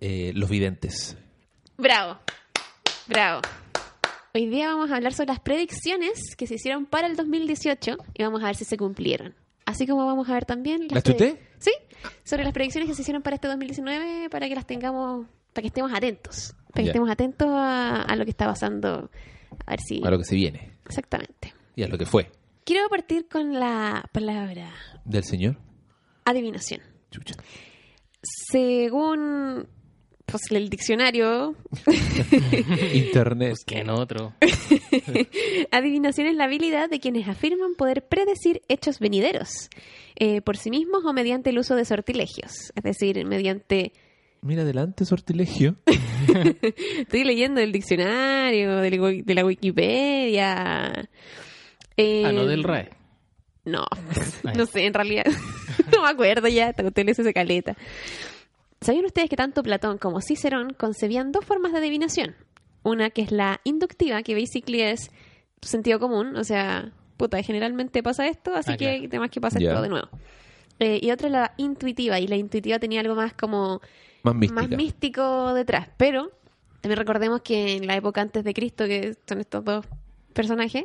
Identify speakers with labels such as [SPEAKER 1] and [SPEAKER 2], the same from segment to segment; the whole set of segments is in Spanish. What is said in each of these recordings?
[SPEAKER 1] Eh, los videntes.
[SPEAKER 2] Bravo, bravo. Hoy día vamos a hablar sobre las predicciones que se hicieron para el 2018 y vamos a ver si se cumplieron. Así como vamos a ver también
[SPEAKER 1] ¿Las
[SPEAKER 2] predi-
[SPEAKER 1] tuité?
[SPEAKER 2] Sí, sobre las predicciones que se hicieron para este 2019 para que las tengamos, para que estemos atentos, para que
[SPEAKER 1] Ya.
[SPEAKER 2] estemos atentos a, a lo que está pasando. A ver si...
[SPEAKER 1] A lo que se viene.
[SPEAKER 2] Exactamente.
[SPEAKER 1] Y a lo que fue.
[SPEAKER 2] Quiero partir con la palabra
[SPEAKER 1] Del señor.
[SPEAKER 2] adivinación.
[SPEAKER 1] Chucha.
[SPEAKER 2] Según pues, el diccionario
[SPEAKER 1] Internet.
[SPEAKER 3] Busquen otro.
[SPEAKER 2] Adivinación es la habilidad de quienes afirman poder predecir hechos venideros eh, por sí mismos o mediante el uso de sortilegios. Es decir, mediante.
[SPEAKER 1] Mira adelante, sortilegio.
[SPEAKER 2] Estoy leyendo del diccionario, del wi- de la Wikipedia. Eh,
[SPEAKER 3] Ah, no, del RAE.
[SPEAKER 2] No,
[SPEAKER 3] Ahí.
[SPEAKER 2] no sé, en realidad. no me acuerdo ya, tengo teles esa caleta. ¿Sabían ustedes que tanto Platón como Cicerón concebían dos formas de adivinación? Una que es la inductiva, que basically es sentido común, o sea, puta, generalmente pasa esto, así
[SPEAKER 3] Ah,
[SPEAKER 2] que
[SPEAKER 3] claro.
[SPEAKER 2] temas que pasa
[SPEAKER 1] Ya.
[SPEAKER 2] esto de nuevo. Eh, y otra es la intuitiva, y la intuitiva tenía algo más como
[SPEAKER 1] Más mística.
[SPEAKER 2] más místico detrás. Pero también recordemos que en la época antes de Cristo, que son estos dos personajes,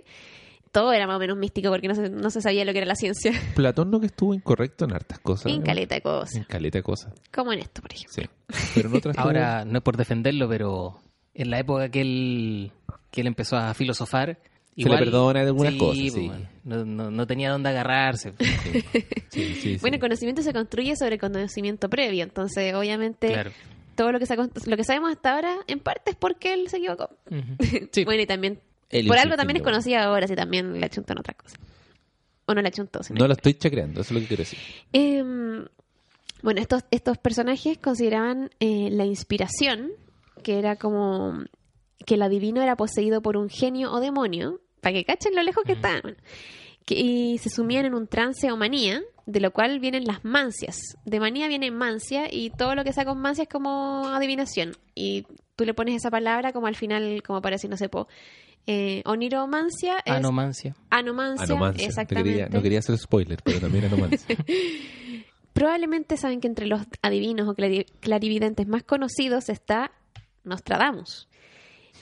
[SPEAKER 2] todo era más o menos místico porque no se, no se sabía lo que era la ciencia.
[SPEAKER 1] Platón no que estuvo incorrecto en hartas cosas.
[SPEAKER 2] En caleta de
[SPEAKER 1] En
[SPEAKER 2] cosas.
[SPEAKER 1] caleta de cosas.
[SPEAKER 2] Como en esto, por ejemplo.
[SPEAKER 1] Sí. Pero en otras
[SPEAKER 3] Ahora, no es por defenderlo, pero en la época que él, que él empezó a filosofar.
[SPEAKER 1] le perdona de algunas cosas,
[SPEAKER 3] pues,
[SPEAKER 1] sí.
[SPEAKER 3] bueno, no, no- no tenía dónde agarrarse. pues,
[SPEAKER 1] estuvo- Sí, sí, sí, sí.
[SPEAKER 2] Bueno, el conocimiento se construye sobre conocimiento previo. Entonces, obviamente,
[SPEAKER 3] Claro.
[SPEAKER 2] todo lo que, se ha con- lo que sabemos hasta ahora, en parte es porque él se equivocó.
[SPEAKER 3] Ujú. Sí.
[SPEAKER 2] Bueno, y también,
[SPEAKER 1] Él
[SPEAKER 2] por algo
[SPEAKER 1] insistiendo.
[SPEAKER 2] también es conocido ahora, si también le achuntó en otra cosa. O no le achuntó, sino
[SPEAKER 1] No lo estoy chacreando, eso es lo que quiero decir.
[SPEAKER 2] Em, bueno, estos, estos personajes consideraban eh, la inspiración, que era como que el adivino era poseído por un genio o demonio, para que cachen lo lejos que están, bueno, que- y se sumían en un trance o manía, de lo cual vienen las mancias. De manía viene mancia y todo lo que sea con mancia es como adivinación. Y tú le pones esa palabra como al final, como para decir, no sé, po, eh, oniromancia es
[SPEAKER 3] Anomancia.
[SPEAKER 2] anomancia,
[SPEAKER 1] Anomancia. Ah, No
[SPEAKER 2] exactamente.
[SPEAKER 1] quería, no quería hacer spoiler, pero también anomancia.
[SPEAKER 2] Probablemente saben que entre los adivinos o clari- clarividentes más conocidos está Nostradamus,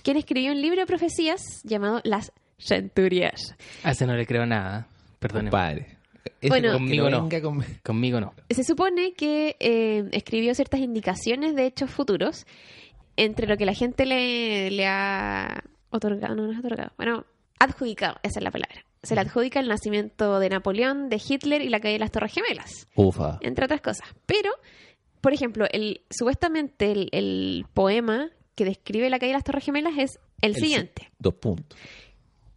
[SPEAKER 2] quien escribió un libro de profecías llamado Las Centurias.
[SPEAKER 3] A ese no le creo nada. Perdóneme.
[SPEAKER 1] Compadre. Ese
[SPEAKER 2] Bueno,
[SPEAKER 1] que
[SPEAKER 3] Conmigo no.
[SPEAKER 1] venga con-
[SPEAKER 3] Conmigo no.
[SPEAKER 2] Se supone que eh, escribió ciertas indicaciones de hechos futuros entre lo que la gente le, le ha otorgado, no, no es otorgado, bueno, adjudicado, esa es la palabra. Se le adjudica el nacimiento de Napoleón, de Hitler y la caída de las Torres Gemelas.
[SPEAKER 1] Ufa.
[SPEAKER 2] entre otras cosas. Pero, por ejemplo, el, supuestamente el, el poema que describe la caída de las Torres Gemelas es el,
[SPEAKER 1] ci-
[SPEAKER 2] siguiente.
[SPEAKER 1] Dos puntos.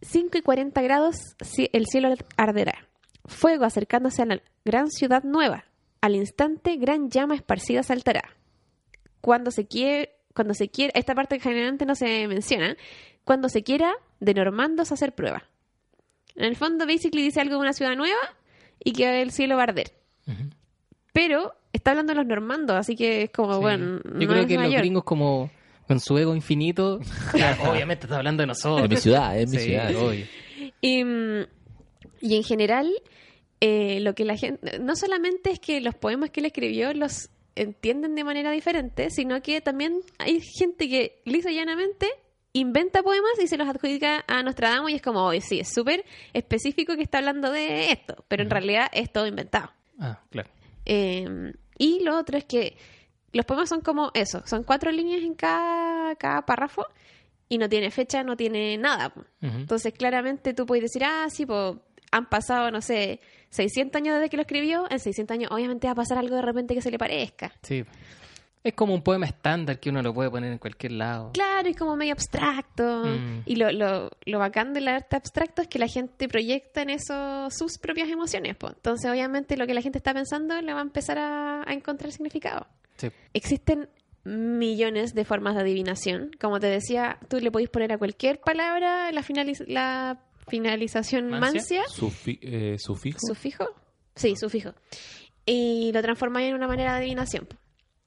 [SPEAKER 2] 5 y 40 grados, ci- el cielo arderá. Fuego acercándose a la gran ciudad nueva. Al instante, gran llama esparcida saltará. Cuando se quiere... Cuando se quiera, esta parte generalmente no se menciona, cuando se quiera, de normandos hacer prueba. En el fondo, basically dice algo de una ciudad nueva y que el cielo va a arder.
[SPEAKER 3] Ujú.
[SPEAKER 2] Pero está hablando de los normandos, así que es como,
[SPEAKER 3] Sí.
[SPEAKER 2] bueno,
[SPEAKER 3] Yo
[SPEAKER 2] no
[SPEAKER 3] creo
[SPEAKER 2] es
[SPEAKER 3] que
[SPEAKER 2] Nueva
[SPEAKER 3] los
[SPEAKER 2] York.
[SPEAKER 3] gringos como con su ego infinito, claro, obviamente está hablando de nosotros.
[SPEAKER 1] En mi ciudad, en mi
[SPEAKER 3] Sí,
[SPEAKER 1] ciudad.
[SPEAKER 3] obvio.
[SPEAKER 2] Y, mm, y en general, eh, lo que la gente, no solamente es que los poemas que él escribió los entienden de manera diferente, sino que también hay gente que lisa y llanamente inventa poemas y se los adjudica a Nostradamus y es como, oye, sí, es súper específico que está hablando de esto, pero en realidad es todo inventado.
[SPEAKER 3] Ah, claro.
[SPEAKER 2] Eh, y lo otro es que los poemas son como eso, son cuatro líneas en cada, cada párrafo y no tiene fecha, no tiene nada. po.
[SPEAKER 3] Ujú.
[SPEAKER 2] Entonces, claramente tú puedes decir, ah, sí, pues han pasado, no sé, 600 años desde que lo escribió, en 600 años obviamente va a pasar algo de repente que se le parezca.
[SPEAKER 3] Sí. Es como un poema estándar que uno lo puede poner en cualquier lado.
[SPEAKER 2] Claro, es como medio abstracto.
[SPEAKER 3] Mm.
[SPEAKER 2] Y lo, lo, lo bacán del arte abstracto es que la gente proyecta en eso sus propias emociones. po. Entonces, obviamente, lo que la gente está pensando le va a empezar a- a encontrar significado.
[SPEAKER 3] Sí.
[SPEAKER 2] existen millones de formas de adivinación. Como te decía, tú le podéis poner a cualquier palabra la, finaliz- la finalización
[SPEAKER 3] ¿Mancia?
[SPEAKER 2] mancia,
[SPEAKER 1] Sufi- eh, ¿Sufijo?
[SPEAKER 2] sufijo. Sí, sufijo. Y lo transformáis en una manera de adivinación. po.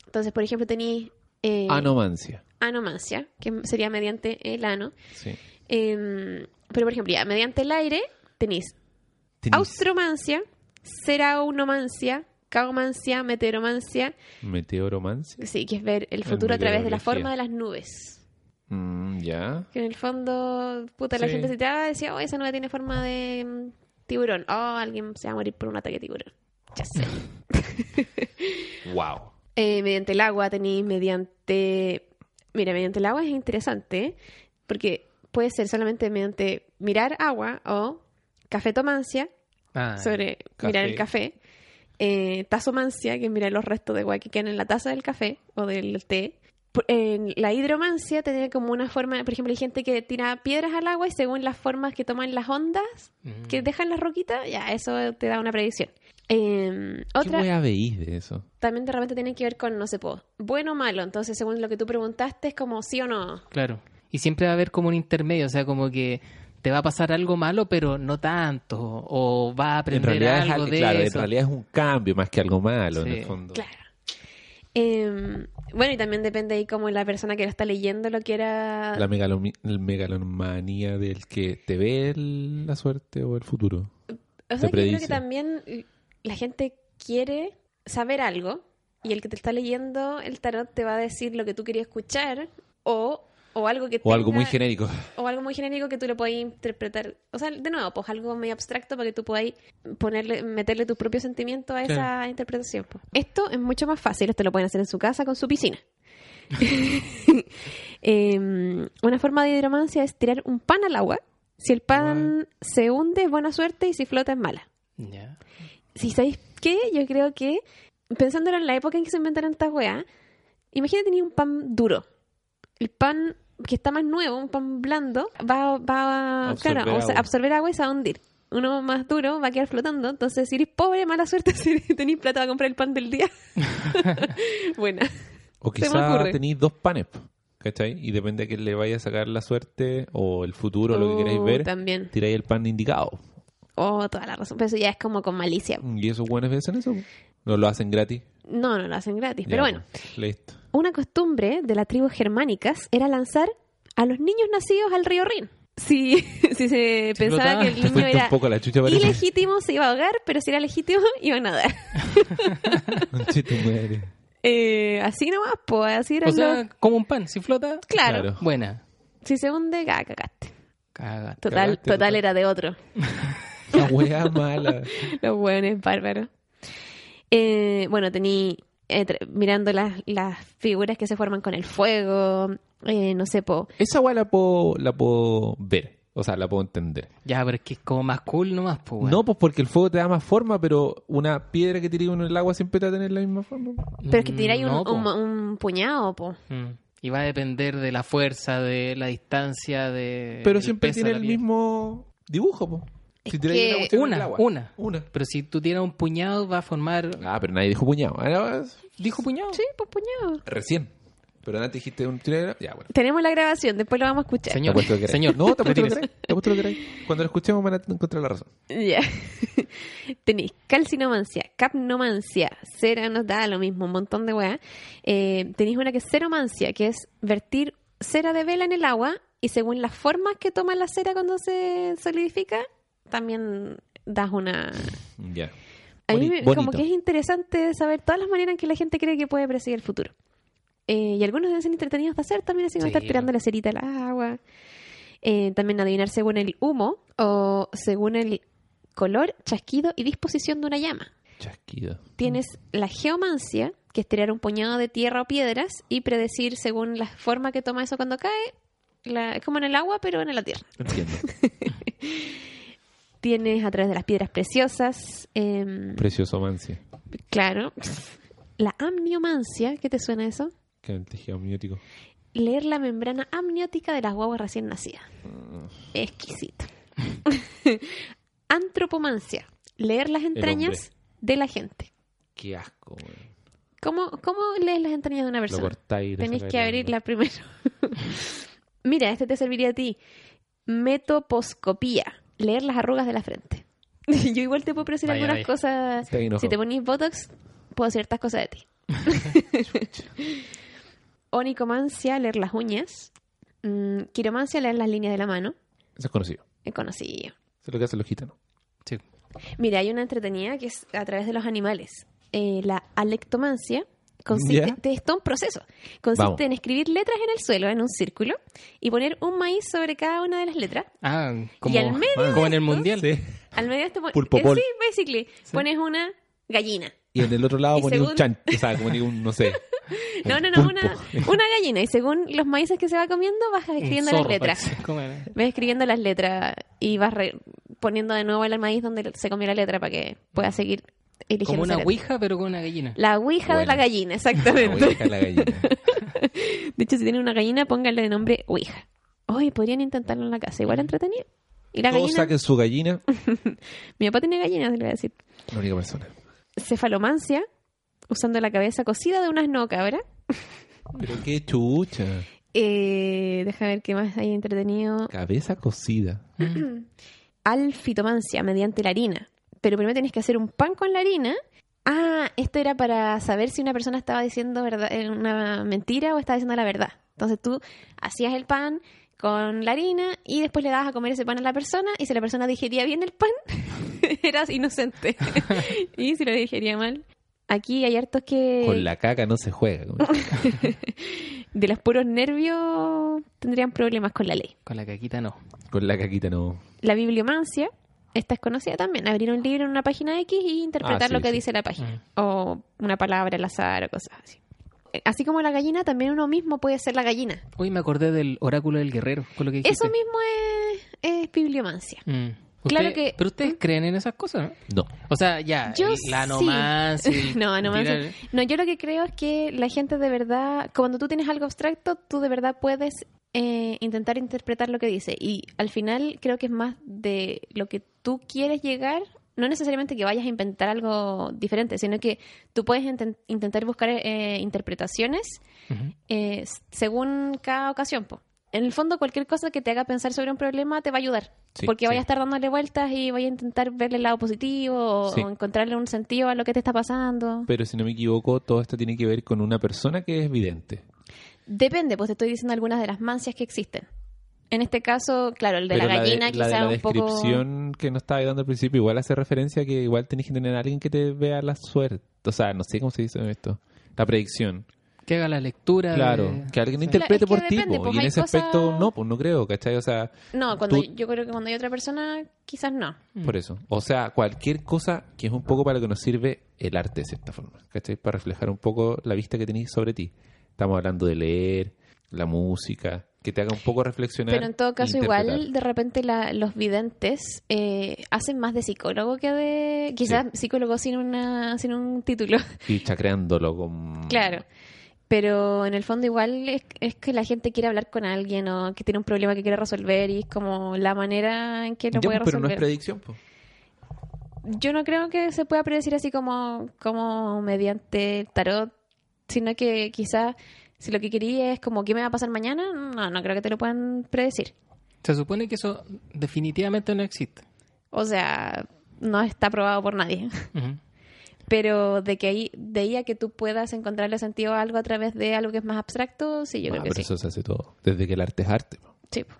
[SPEAKER 2] Entonces, por ejemplo, tenéis eh,
[SPEAKER 1] Anomancia.
[SPEAKER 2] anomancia, que sería mediante el ano.
[SPEAKER 1] Sí.
[SPEAKER 2] Em, pero, por ejemplo, ya, mediante el aire tenéis austromancia, seraunomancia, caomancia, meteoromancia,
[SPEAKER 1] Meteoromancia.
[SPEAKER 2] sí, que es ver el futuro a través de la
[SPEAKER 1] meteorología.
[SPEAKER 2] forma de las nubes.
[SPEAKER 1] Mm, ya.
[SPEAKER 2] Que en el fondo, puta, la
[SPEAKER 1] Sí.
[SPEAKER 2] gente se tiraba y decía, oh, esa nube tiene forma de mm, tiburón. Oh, alguien se va a morir por un ataque de tiburón. Ya sé.
[SPEAKER 1] Wow.
[SPEAKER 2] Eh, mediante el agua tenéis mediante... Mira, mediante el agua es interesante, ¿eh? porque puede ser solamente mediante mirar agua o cafetomancia,
[SPEAKER 3] Ah,
[SPEAKER 2] sobre mirar el café. Eh, tazomancia, que es mirar los restos de agua que quedan en la taza del café o del té. Por- en la hidromancia tenía como una forma, por ejemplo, hay gente que tira piedras al agua y según las formas que toman las ondas
[SPEAKER 3] mm.
[SPEAKER 2] que dejan las roquitas, ya eso te da una predicción. Eh, otra
[SPEAKER 1] ¿Qué wea veís de eso?
[SPEAKER 2] también de repente tiene que ver con, no sé, po, bueno o malo. Entonces, según lo que tú preguntaste, es como sí o no.
[SPEAKER 3] Claro. Y siempre va a haber como un intermedio, o sea, como que te va a pasar algo malo, pero no tanto. O va a
[SPEAKER 1] En
[SPEAKER 3] aprender
[SPEAKER 1] realidad, es,
[SPEAKER 3] algo
[SPEAKER 1] al-
[SPEAKER 3] de
[SPEAKER 1] claro, en
[SPEAKER 3] eso.
[SPEAKER 1] realidad es un cambio más que algo malo, en
[SPEAKER 3] Sí.
[SPEAKER 1] el fondo.
[SPEAKER 2] Claro. Eh, bueno, y también depende ahí cómo la persona que lo está leyendo lo quiera
[SPEAKER 1] La megalomi- el megalomanía del que te ve el- la suerte o el futuro.
[SPEAKER 2] O sea, que yo
[SPEAKER 1] Se
[SPEAKER 2] creo que
[SPEAKER 1] predice.
[SPEAKER 2] también la gente quiere saber algo y el que te está leyendo el tarot te va a decir lo que tú querías escuchar o, o algo que
[SPEAKER 1] O algo
[SPEAKER 2] tenga-
[SPEAKER 1] muy genérico.
[SPEAKER 2] o algo muy genérico que tú lo puedas interpretar. O sea, de nuevo, pues algo medio abstracto para que tú podáis ponerle, meterle tus propios sentimientos a esa interpretación. pues. Esto es mucho más fácil, esto lo pueden hacer en su casa con su piscina. Eh, una forma de hidromancia es tirar un pan al agua. Si el pan se hunde es buena suerte y si flota es mala.
[SPEAKER 3] Ya.
[SPEAKER 2] Si sabéis qué, yo creo que, pensándolo en la época en que se inventaron estas weas, imagínate tener un pan duro. El pan que está más nuevo, un pan blando, va, va a
[SPEAKER 1] Absorber
[SPEAKER 2] claro, o sea,
[SPEAKER 1] agua.
[SPEAKER 2] absorber agua y se va a hundir. Uno más duro va a quedar flotando. Entonces, si eres pobre, mala suerte si tenéis plata para comprar el pan del día. Buena.
[SPEAKER 1] O
[SPEAKER 2] Se me
[SPEAKER 1] quizás
[SPEAKER 2] ocurre.
[SPEAKER 1] tenéis dos panes, po, ¿cachai? Y depende a quién le vaya a sacar la suerte o el futuro, lo
[SPEAKER 3] Uh,
[SPEAKER 1] que queráis
[SPEAKER 2] Oh,
[SPEAKER 1] ver,
[SPEAKER 2] También.
[SPEAKER 1] tiráis el pan indicado.
[SPEAKER 2] Oh, toda la razón. Pero eso ya es como con malicia.
[SPEAKER 1] ¿Y esos buenos hacen eso? po. ¿No lo hacen gratis?
[SPEAKER 2] No, no lo hacen gratis. Pero
[SPEAKER 1] Ya,
[SPEAKER 2] bueno,
[SPEAKER 1] po. Listo.
[SPEAKER 2] Una costumbre de las tribus germánicas era lanzar a los niños nacidos al río Rin. Si, si se pensaba
[SPEAKER 3] flotaba.
[SPEAKER 2] que el
[SPEAKER 1] Te
[SPEAKER 2] niño
[SPEAKER 1] fuiste un
[SPEAKER 2] era
[SPEAKER 1] poco a la chucha, parece.
[SPEAKER 2] ilegítimo, se iba a ahogar, pero si era legítimo, iba a nadar.
[SPEAKER 1] Conche tu madre.
[SPEAKER 2] Eh, así nomás, pues, así era
[SPEAKER 3] O sea, como un pan, si flota,
[SPEAKER 2] Claro.
[SPEAKER 1] claro.
[SPEAKER 3] buena.
[SPEAKER 2] Si se hunde, ca- cagaste.
[SPEAKER 3] Caga.
[SPEAKER 2] Total,
[SPEAKER 1] Cagaste,
[SPEAKER 2] total
[SPEAKER 1] total.
[SPEAKER 2] era de otro.
[SPEAKER 1] La wea mala.
[SPEAKER 2] Los hueones bárbaros. Eh, bueno, tení eh, tra- mirando las, las figuras que se forman con el fuego, eh, no sé, po,
[SPEAKER 1] Esa wea la puedo, la puedo ver. O sea, la puedo entender.
[SPEAKER 3] Ya, pero es que es como más cool nomás, pues.
[SPEAKER 1] No, pues porque el fuego te da más forma, pero una piedra que tire uno en el agua siempre te va a tener la misma forma.
[SPEAKER 3] Eh,
[SPEAKER 2] pero es que tiráis un,
[SPEAKER 3] Mm, No, po.
[SPEAKER 2] un- un puñado, po.
[SPEAKER 3] Mm. Y va a depender de la fuerza, de la distancia, de.
[SPEAKER 1] Pero
[SPEAKER 3] el
[SPEAKER 1] siempre
[SPEAKER 3] peso
[SPEAKER 1] tiene
[SPEAKER 3] de la
[SPEAKER 1] el
[SPEAKER 3] piedra.
[SPEAKER 1] mismo dibujo, po.
[SPEAKER 2] Es
[SPEAKER 1] tiráis
[SPEAKER 2] que
[SPEAKER 1] cuestión en el
[SPEAKER 3] una,
[SPEAKER 1] agua.
[SPEAKER 3] una.
[SPEAKER 1] Una.
[SPEAKER 3] Pero si tú tiras un puñado, va a formar.
[SPEAKER 1] Ah, pero nadie dijo puñado. Ah, no, es-
[SPEAKER 3] ¿Dijo puñado?
[SPEAKER 2] Sí, pues puñado.
[SPEAKER 1] Recién. Pero antes dijiste un tira- Ya, bueno.
[SPEAKER 2] Tenemos la grabación, después lo vamos a escuchar.
[SPEAKER 3] Señor,
[SPEAKER 1] Te apuesto lo que queráis.
[SPEAKER 3] señor.
[SPEAKER 1] No, te apuesto lo que
[SPEAKER 3] retírese.
[SPEAKER 1] queráis. Te apuesto lo que queráis. Cuando lo escuchemos van a encontrar la razón.
[SPEAKER 2] Ya. Tenéis calcinomancia, capnomancia, cera, nos da lo mismo, un montón de weá. Eh, tenéis una que es ceromancia, que es vertir cera de vela en el agua y según las formas que toma la cera cuando se solidifica, también das una...
[SPEAKER 1] Ya.
[SPEAKER 2] A mí
[SPEAKER 1] Boni-
[SPEAKER 2] me- como
[SPEAKER 1] bonito.
[SPEAKER 2] que es interesante saber todas las maneras en que la gente cree que puede perseguir el futuro. Eh, y algunos deben ser entretenidos de hacer también, así como
[SPEAKER 3] Sí,
[SPEAKER 2] estar tirando
[SPEAKER 3] bueno.
[SPEAKER 2] la cerita al agua. Eh, también adivinar según el humo o según el color, chasquido y disposición de una llama.
[SPEAKER 1] Chasquido.
[SPEAKER 2] Tienes
[SPEAKER 1] Mm.
[SPEAKER 2] la geomancia, que es tirar un puñado de tierra o piedras y predecir según la forma que toma eso cuando cae. La- es como en el agua, pero en la tierra.
[SPEAKER 1] Entiendo.
[SPEAKER 2] Tienes a través de las piedras preciosas. em,
[SPEAKER 1] Precioso Mansi.
[SPEAKER 2] claro. La amniomancia, ¿qué te suena eso?
[SPEAKER 1] Que el tejido amniótico.
[SPEAKER 2] Leer la membrana amniótica de las guaguas recién nacidas. Exquisito. Antropomancia. Leer las entrañas de la gente.
[SPEAKER 1] Qué asco, güey.
[SPEAKER 2] ¿Cómo, ¿Cómo lees las entrañas de una
[SPEAKER 1] Lo
[SPEAKER 2] persona?
[SPEAKER 1] cortáis. y le
[SPEAKER 2] Tenéis
[SPEAKER 1] sacáis
[SPEAKER 2] que
[SPEAKER 1] la-
[SPEAKER 2] abrirla primero. Mira, este te serviría a ti. Metoposcopía. Leer las arrugas de la frente. Yo igual te puedo decir
[SPEAKER 3] Vaya,
[SPEAKER 2] algunas
[SPEAKER 3] vaya.
[SPEAKER 2] cosas.
[SPEAKER 1] Te enojo.
[SPEAKER 2] Si te ponís Botox, puedo ciertas cosas de ti. Onicomancia, leer las uñas. Mm, quiromancia, leer las líneas de la mano.
[SPEAKER 1] Eso es conocido.
[SPEAKER 2] He conocido.
[SPEAKER 1] Eso es lo que hacen los gitanos.
[SPEAKER 3] Sí.
[SPEAKER 2] Mira, hay una entretenida que es a través de los animales. Eh, la alectomancia consiste,
[SPEAKER 1] Ya.
[SPEAKER 2] te- esto es un proceso. Consiste
[SPEAKER 1] Vamos.
[SPEAKER 2] en escribir letras en el suelo, en un círculo, y poner un maíz sobre cada una de las letras.
[SPEAKER 3] Ah, como,
[SPEAKER 2] al medio
[SPEAKER 3] como en el mundial.
[SPEAKER 1] Sí.
[SPEAKER 2] Al medio te pones,
[SPEAKER 1] Pulpo pol.
[SPEAKER 2] eh, sí, basically, pones una gallina.
[SPEAKER 1] Y en el otro lado
[SPEAKER 2] Y
[SPEAKER 1] ponía
[SPEAKER 2] según-
[SPEAKER 1] un chan. O sea, como digo, un, no sé.
[SPEAKER 2] No,
[SPEAKER 1] un
[SPEAKER 2] no, no,
[SPEAKER 1] pulpo.
[SPEAKER 2] una, una gallina. Y según los maíces que se va comiendo, vas
[SPEAKER 3] Un
[SPEAKER 2] escribiendo las
[SPEAKER 3] zorro,
[SPEAKER 2] letras.
[SPEAKER 3] parece. ¿Cómo era?
[SPEAKER 2] Ves escribiendo las letras y vas re- poniendo de nuevo el maíz donde se comió la letra para que puedas seguir eligiendo.
[SPEAKER 3] Como una
[SPEAKER 2] esa letra.
[SPEAKER 3] ouija, pero con una gallina.
[SPEAKER 2] La ouija de
[SPEAKER 1] Bueno.
[SPEAKER 2] la gallina,
[SPEAKER 1] La
[SPEAKER 2] exactamente.
[SPEAKER 1] oveja, la gallina.
[SPEAKER 2] De hecho, si tienen una gallina, pónganle de nombre Ouija. Hoy podrían intentarlo en la casa, igual entretenido. Y la
[SPEAKER 1] Todos
[SPEAKER 2] gallina,
[SPEAKER 1] saquen su gallina.
[SPEAKER 2] mi papá tiene gallinas, le voy a decir.
[SPEAKER 1] La única persona.
[SPEAKER 2] Cefalomancia, usando la cabeza cocida de una asno cabra.
[SPEAKER 1] Pero qué chucha.
[SPEAKER 2] Eh, deja ver qué más hay entretenido.
[SPEAKER 1] Cabeza cocida.
[SPEAKER 2] Alfitomancia, mediante la harina. Pero primero tienes que hacer un pan con la harina. Ah, esto era para saber si una persona estaba diciendo verdad, eh, una mentira o estaba diciendo la verdad. Entonces tú hacías el pan con la harina y después le dabas a comer ese pan a la persona y si la persona digería bien el pan, eras inocente. y si lo digería mal. Aquí hay hartos que
[SPEAKER 1] Con la caca no se juega. güey.
[SPEAKER 2] de los puros nervios tendrían problemas con la ley.
[SPEAKER 3] Con la caquita no.
[SPEAKER 1] Con la caquita no.
[SPEAKER 2] La bibliomancia, esta es conocida también, abrir un libro en una página X y interpretar
[SPEAKER 1] Ah, sí,
[SPEAKER 2] lo que
[SPEAKER 1] sí.
[SPEAKER 2] dice la página, o una palabra al azar o cosas así. Eh, Así como la gallina, también uno mismo puede ser la gallina.
[SPEAKER 3] Hoy me acordé del oráculo del guerrero, con lo que
[SPEAKER 2] Eso
[SPEAKER 3] dijiste.
[SPEAKER 2] mismo es, es bibliomancia.
[SPEAKER 3] Mm.
[SPEAKER 2] Claro
[SPEAKER 3] Ustedes-
[SPEAKER 2] que-
[SPEAKER 3] Pero ustedes creen en esas cosas, ¿no?
[SPEAKER 1] No.
[SPEAKER 3] O sea, ya,
[SPEAKER 2] Yo
[SPEAKER 3] el- la
[SPEAKER 2] sí.
[SPEAKER 3] nomancia. el
[SPEAKER 2] No, no, me
[SPEAKER 3] tirar-
[SPEAKER 2] hace- no, yo lo que creo es que la gente de verdad, cuando tú tienes algo abstracto, tú de verdad puedes eh, intentar interpretar lo que dice. Y al final creo que es más de lo que tú quieres llegar, no necesariamente que vayas a inventar algo diferente, sino que tú puedes inten- intentar buscar eh, interpretaciones
[SPEAKER 3] Ujú.
[SPEAKER 2] eh, s- según cada ocasión. po. En el fondo, cualquier cosa que te haga pensar sobre un problema te va a ayudar.
[SPEAKER 1] Sí,
[SPEAKER 2] porque
[SPEAKER 1] sí.
[SPEAKER 2] vaya a estar dándole vueltas y vaya a intentar verle el lado positivo o,
[SPEAKER 1] Sí.
[SPEAKER 2] o encontrarle un sentido a lo que te está pasando.
[SPEAKER 1] Pero si no me equivoco, todo esto tiene que ver con una persona que es vidente.
[SPEAKER 2] Depende, pues te estoy diciendo algunas de las mancias que existen. En este caso, claro, el de
[SPEAKER 1] Pero
[SPEAKER 2] la gallina
[SPEAKER 1] de-
[SPEAKER 2] quizá
[SPEAKER 1] de la
[SPEAKER 2] un poco...
[SPEAKER 1] descripción que nos estaba dando al principio igual hace referencia a que igual tenés que tener a alguien que te vea la suerte. O sea, no sé cómo se dice esto. La predicción.
[SPEAKER 3] Que haga la lectura.
[SPEAKER 1] Claro,
[SPEAKER 3] de-
[SPEAKER 1] que alguien
[SPEAKER 3] Sí.
[SPEAKER 1] interprete
[SPEAKER 2] Claro, es que
[SPEAKER 1] por ti.
[SPEAKER 2] depende,
[SPEAKER 1] po,
[SPEAKER 2] pues,
[SPEAKER 1] y en
[SPEAKER 2] hay
[SPEAKER 1] ese
[SPEAKER 2] cosas-
[SPEAKER 1] aspecto, no, pues no creo, ¿cachai? O sea,
[SPEAKER 2] No, cuando
[SPEAKER 1] Tú- Eh,
[SPEAKER 2] yo creo que cuando hay otra persona, quizás no.
[SPEAKER 1] por eso. O sea, cualquier cosa que es un poco para lo que nos sirve el arte, de cierta forma, ¿cachai? Para reflejar un poco la vista que tenéis sobre ti. Estamos hablando de leer, la música, que te haga un poco reflexionar.
[SPEAKER 2] Pero en todo caso,
[SPEAKER 1] e interpretar.
[SPEAKER 2] igual, de repente la- los videntes eh, hacen más de psicólogo que de... Quizás psicólogo sin, una, sin un título.
[SPEAKER 1] Y chacreándolo con...
[SPEAKER 2] Claro. Pero en el fondo igual es, es que la gente quiere hablar con alguien o que tiene un problema que quiere resolver y es como la manera en que lo
[SPEAKER 1] Ya,
[SPEAKER 2] puede
[SPEAKER 1] pues, pero no
[SPEAKER 2] resolver.
[SPEAKER 1] es predicción, pues.
[SPEAKER 2] Yo no creo que se pueda predecir así como, como mediante el tarot, sino que quizás si lo que quería es como qué me va a pasar mañana, no, no creo que te lo puedan predecir.
[SPEAKER 3] Se supone que eso definitivamente no existe.
[SPEAKER 2] O sea, no está aprobado por nadie.
[SPEAKER 3] Ujú.
[SPEAKER 2] Pero de que ahí, de ahí a que tú puedas encontrarle sentido a algo a través de algo que es más abstracto, sí, yo
[SPEAKER 1] Ah,
[SPEAKER 2] creo que
[SPEAKER 1] pero
[SPEAKER 2] sí.
[SPEAKER 1] eso se hace todo. Desde que el arte es arte. po.
[SPEAKER 2] Sí, po.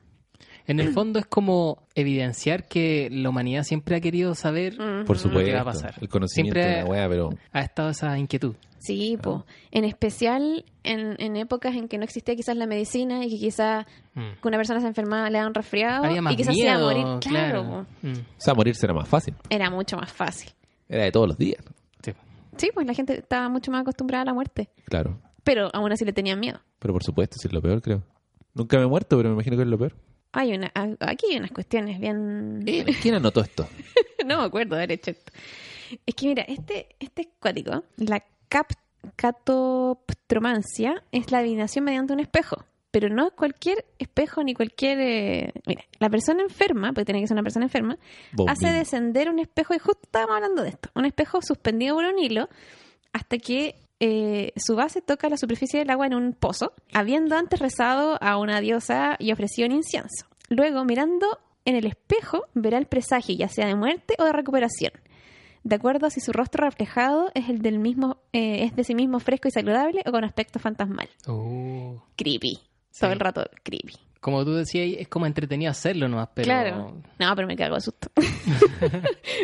[SPEAKER 3] En el fondo es como evidenciar que la humanidad siempre ha querido saber,
[SPEAKER 2] Mm.
[SPEAKER 1] Por
[SPEAKER 3] Lo
[SPEAKER 1] supuesto.
[SPEAKER 3] que va a pasar.
[SPEAKER 1] El conocimiento
[SPEAKER 3] Siempre-
[SPEAKER 1] de la weá, pero.
[SPEAKER 3] ha estado esa inquietud.
[SPEAKER 2] Sí, po. en especial en, en épocas en que no existía quizás la medicina y que quizás
[SPEAKER 3] Mm.
[SPEAKER 2] que una persona se enfermaba le da un resfriado
[SPEAKER 3] Había más
[SPEAKER 2] y quizás se iba a
[SPEAKER 3] miedo,
[SPEAKER 2] morir. Claro, po.
[SPEAKER 3] Mm,
[SPEAKER 1] O sea, morirse era más fácil.
[SPEAKER 2] era mucho más fácil.
[SPEAKER 1] Era de todos los días.
[SPEAKER 3] sí.
[SPEAKER 2] Sí, pues la gente estaba mucho más acostumbrada a la muerte,
[SPEAKER 1] Claro.
[SPEAKER 2] pero aún así le tenían miedo.
[SPEAKER 1] Pero por supuesto, sí es lo peor, creo. Nunca me he muerto, pero me imagino que es lo peor.
[SPEAKER 2] Hay una, a- aquí hay unas cuestiones bien...
[SPEAKER 1] Eh, ¿Quién anotó esto?
[SPEAKER 2] no me acuerdo de haber hecho esto. Es que mira, este, este es cuático, la cap, catoptromancia es la adivinación mediante un espejo. Pero no cualquier espejo ni cualquier... eh, Mira, la persona enferma, porque tiene que ser una persona enferma,
[SPEAKER 1] Bombín.
[SPEAKER 2] hace descender un espejo, y justo estábamos hablando de esto, un espejo suspendido por un hilo hasta que eh, su base toca la superficie del agua en un pozo, habiendo antes rezado a una diosa y ofrecido un incienso. Luego, mirando en el espejo, verá el presagio, ya sea de muerte o de recuperación. De acuerdo a si su rostro reflejado es el del mismo, eh, es de sí mismo fresco y saludable o con aspecto fantasmal.
[SPEAKER 3] Oh.
[SPEAKER 2] Creepy. Todo el rato creepy.
[SPEAKER 3] Como tú decías, es como entretenido hacerlo nomás, pero...
[SPEAKER 2] Claro. No, pero me cago de susto.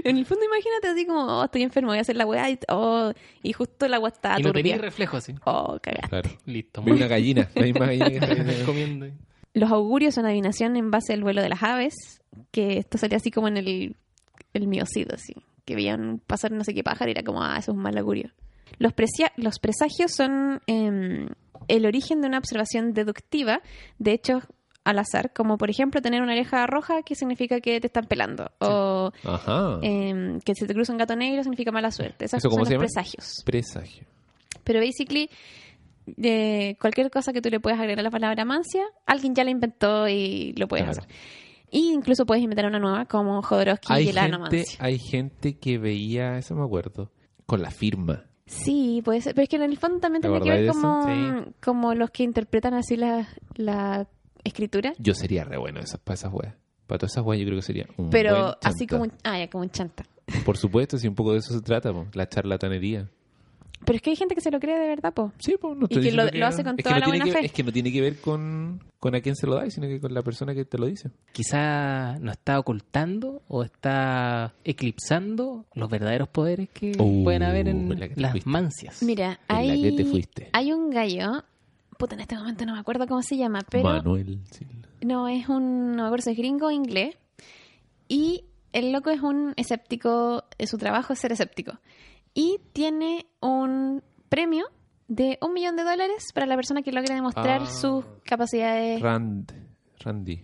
[SPEAKER 2] en el fondo, imagínate así como, oh, estoy enfermo, voy a hacer la weá y, oh, y justo la agua está
[SPEAKER 3] Y no tenía
[SPEAKER 2] turbia.
[SPEAKER 3] reflejo así.
[SPEAKER 2] oh, cagá.
[SPEAKER 1] Claro.
[SPEAKER 3] Listo.
[SPEAKER 1] Vi una gallina, la misma gallina que
[SPEAKER 3] Estás
[SPEAKER 1] está
[SPEAKER 3] comiendo.
[SPEAKER 2] Los augurios son adivinación en base al vuelo de las aves, que esto salía así como en el, el miocito, así, que veían pasar no sé qué pájaro y era como, ah, eso es un mal augurio. Los, presia- los presagios son em, el origen de una observación deductiva de hechos al azar, como por ejemplo tener una oreja roja que significa que te están pelando, o
[SPEAKER 1] Ajá.
[SPEAKER 2] em, que se te cruza un gato negro significa mala suerte. Esos
[SPEAKER 1] ¿Eso
[SPEAKER 2] son
[SPEAKER 1] cómo
[SPEAKER 2] los
[SPEAKER 1] se llama?
[SPEAKER 2] presagios.
[SPEAKER 1] Presagio.
[SPEAKER 2] Pero basically, eh, cualquier cosa que tú le puedas agregar a la palabra mancia, alguien ya la inventó y lo puedes
[SPEAKER 1] Claro.
[SPEAKER 2] hacer. Y incluso puedes inventar una nueva como Jodorowsky
[SPEAKER 1] Hay
[SPEAKER 2] y la
[SPEAKER 1] gente,
[SPEAKER 2] anomancia.
[SPEAKER 1] hay gente que veía, eso me acuerdo, con la firma.
[SPEAKER 2] Sí, puede ser. Pero es que en el fondo también
[SPEAKER 1] ¿Te
[SPEAKER 2] tiene que ver
[SPEAKER 1] acordáis de
[SPEAKER 2] como,
[SPEAKER 3] eso?
[SPEAKER 2] como los que interpretan así la, la escritura.
[SPEAKER 1] Yo sería re bueno esas, para esas weas. Para todas esas weas yo creo que sería un buen
[SPEAKER 2] Pero así
[SPEAKER 1] chanta.
[SPEAKER 2] como un, ah, ya, como un chanta.
[SPEAKER 1] Por supuesto, si un poco de eso se trata, po, la charlatanería.
[SPEAKER 2] Pero es que hay gente que se lo cree de verdad, po.
[SPEAKER 1] Sí, pues no
[SPEAKER 2] estoy que diciendo lo- que lo no. hace con
[SPEAKER 1] es
[SPEAKER 2] toda
[SPEAKER 1] que
[SPEAKER 2] la
[SPEAKER 1] no tiene
[SPEAKER 2] buena
[SPEAKER 1] que-
[SPEAKER 2] fe.
[SPEAKER 1] Es que no tiene que ver con, con a quién se lo da, sino que con la persona que te lo dice.
[SPEAKER 3] Quizá nos está ocultando o está eclipsando los verdaderos poderes que
[SPEAKER 1] Uh,
[SPEAKER 3] pueden haber Oh, en
[SPEAKER 1] la que te
[SPEAKER 3] las
[SPEAKER 1] fuiste.
[SPEAKER 3] mancias.
[SPEAKER 2] Mira,
[SPEAKER 1] En la
[SPEAKER 2] hay,
[SPEAKER 1] que te fuiste.
[SPEAKER 2] hay un gallo. Puta, en este momento no me acuerdo cómo se llama, pero.
[SPEAKER 1] Manuel Silva.
[SPEAKER 2] No, es un, no me acuerdo si es gringo o inglés. Y el loco es un escéptico, eh, su trabajo es ser escéptico. Y tiene un premio de un millón de dólares para la persona que logre demostrar
[SPEAKER 1] Ah.
[SPEAKER 2] sus capacidades.
[SPEAKER 1] Rand, Randy.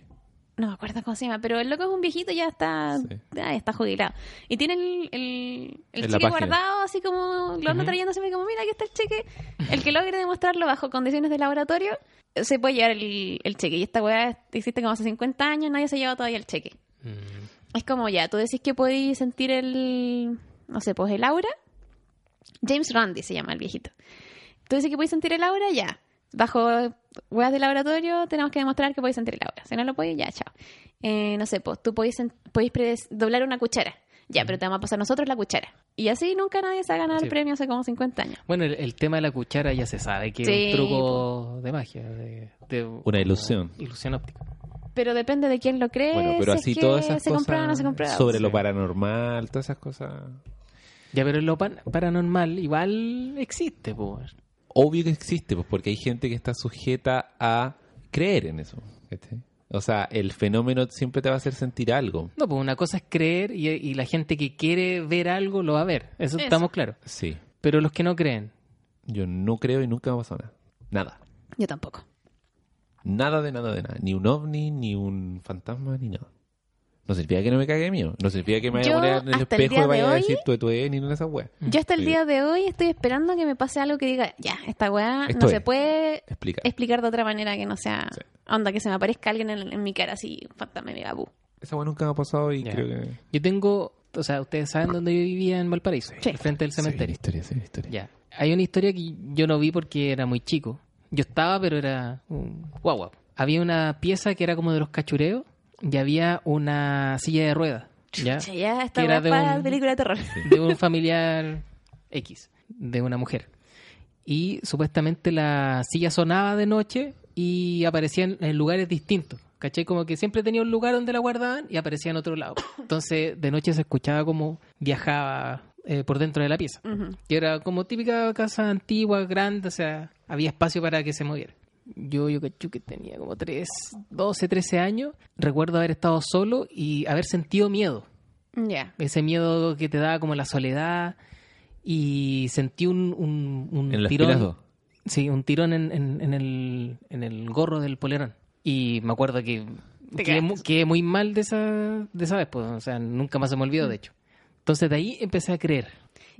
[SPEAKER 2] No me acuerdo cómo se llama, pero el loco es un viejito, ya está,
[SPEAKER 1] Sí.
[SPEAKER 2] ya está jubilado. Y tiene el, el, el
[SPEAKER 1] En la
[SPEAKER 2] cheque
[SPEAKER 1] página.
[SPEAKER 2] guardado, así como lo anda
[SPEAKER 3] Ujú.
[SPEAKER 2] trayendo siempre como, mira, aquí está el cheque. El que logre demostrarlo bajo condiciones de laboratorio, se puede llevar el, el cheque. Y esta weá existe como hace 50 años, nadie se ha llevado todavía el cheque.
[SPEAKER 3] Mm.
[SPEAKER 2] Es como ya, tú decís que podéis sentir el, no sé, pues el aura. James Randi se llama el viejito. Tú decís que podéis sentir el aura, ya. Bajo weas de laboratorio tenemos que demostrar que podéis sentir el aura. Si no lo podéis, ya, chao. Eh, no sé, pues tú podéis, sen- podéis predes- doblar una cuchara. Ya, pero te vamos a pasar nosotros la cuchara. Y así nunca nadie se ha ganado
[SPEAKER 3] Sí.
[SPEAKER 2] el premio hace como 50 años.
[SPEAKER 3] Bueno, el, el tema de la cuchara ya se sabe que
[SPEAKER 2] Sí,
[SPEAKER 3] es un truco de magia. de- de- como
[SPEAKER 1] ilusión.
[SPEAKER 3] Ilusión óptica.
[SPEAKER 2] Pero depende de quién lo cree.
[SPEAKER 1] Bueno, pero
[SPEAKER 2] si es
[SPEAKER 1] así
[SPEAKER 2] que
[SPEAKER 1] todas esas
[SPEAKER 2] se
[SPEAKER 1] cosas
[SPEAKER 2] comprueba o no se comprueba.
[SPEAKER 1] sobre
[SPEAKER 3] Sí.
[SPEAKER 1] lo paranormal, todas esas cosas.
[SPEAKER 3] Ya, pero lo pan- paranormal igual existe, pues.
[SPEAKER 1] Obvio que existe, pues porque hay gente que está sujeta a creer en eso. ¿cachai? O sea, el fenómeno siempre te va a hacer sentir algo.
[SPEAKER 3] No, pues una cosa es creer y, y la gente que quiere ver algo lo va a ver. Eso,
[SPEAKER 2] Eso.
[SPEAKER 3] estamos claros.
[SPEAKER 1] Sí.
[SPEAKER 3] Pero los que no creen.
[SPEAKER 1] Yo no creo y nunca me pasó nada. Nada.
[SPEAKER 2] Yo tampoco.
[SPEAKER 1] Nada de nada de nada. Ni un ovni, ni un fantasma, ni nada. No significa que no me cague de miedo. No significa que me vaya
[SPEAKER 2] Yo,
[SPEAKER 1] a poner en el
[SPEAKER 2] hasta el
[SPEAKER 1] espejo
[SPEAKER 2] día
[SPEAKER 1] y vaya
[SPEAKER 2] de
[SPEAKER 1] a
[SPEAKER 2] hoy-
[SPEAKER 1] decir tu tu ni nada de esas weas.
[SPEAKER 2] Yo hasta el
[SPEAKER 1] Sí.
[SPEAKER 2] día de hoy estoy esperando que me pase algo que diga, ya, esta weá
[SPEAKER 1] Esto
[SPEAKER 2] no
[SPEAKER 1] es.
[SPEAKER 2] se puede
[SPEAKER 1] Explica.
[SPEAKER 2] explicar de otra manera que no sea
[SPEAKER 1] Sí.
[SPEAKER 2] onda, que se me aparezca alguien en, en mi cara así, un fantasma mega bu.
[SPEAKER 1] Esa wea nunca me ha pasado y
[SPEAKER 3] Ya.
[SPEAKER 1] creo que.
[SPEAKER 3] Yo tengo, o sea, ustedes saben dónde yo vivía en Valparaíso,
[SPEAKER 2] Sí.
[SPEAKER 3] al frente del
[SPEAKER 1] Se viene
[SPEAKER 3] cementerio.
[SPEAKER 1] historia, se viene historia.
[SPEAKER 3] Ya. Hay una historia que yo no vi porque era muy chico. Yo estaba, pero era un guagua. Había una pieza que era como de los cachureos y había una silla de ruedas. ¿ya?
[SPEAKER 2] Chucha, ya esta
[SPEAKER 3] Que era
[SPEAKER 2] weá
[SPEAKER 3] de
[SPEAKER 2] para
[SPEAKER 3] un-
[SPEAKER 2] película de terror.
[SPEAKER 3] de un familiar X, de una mujer. Y supuestamente la silla sonaba de noche y aparecía en, en lugares distintos. ¿Cachai? Como que siempre tenía un lugar donde la guardaban y aparecía en otro lado. Entonces, de noche se escuchaba como viajaba eh, por dentro de la pieza.
[SPEAKER 2] Ujú.
[SPEAKER 3] Y era como típica casa antigua, grande, o sea, había espacio para que se moviera. Yo, yo cacho que tenía como 3, 12, 13 años. Recuerdo haber estado solo y haber sentido miedo.
[SPEAKER 2] Ya.
[SPEAKER 3] Ese miedo que te da como la soledad. Y sentí un, un, un
[SPEAKER 1] En las
[SPEAKER 3] tirón.
[SPEAKER 1] pilas dos.
[SPEAKER 3] Sí, un tirón en, en- en el, en el gorro del polerón. Y me acuerdo que
[SPEAKER 2] Te
[SPEAKER 3] quedé, mu-
[SPEAKER 2] cagaste.
[SPEAKER 3] quedé muy mal de esa, de esa vez. Pues, o sea, nunca más se me olvidó, de hecho. Entonces de ahí empecé a creer.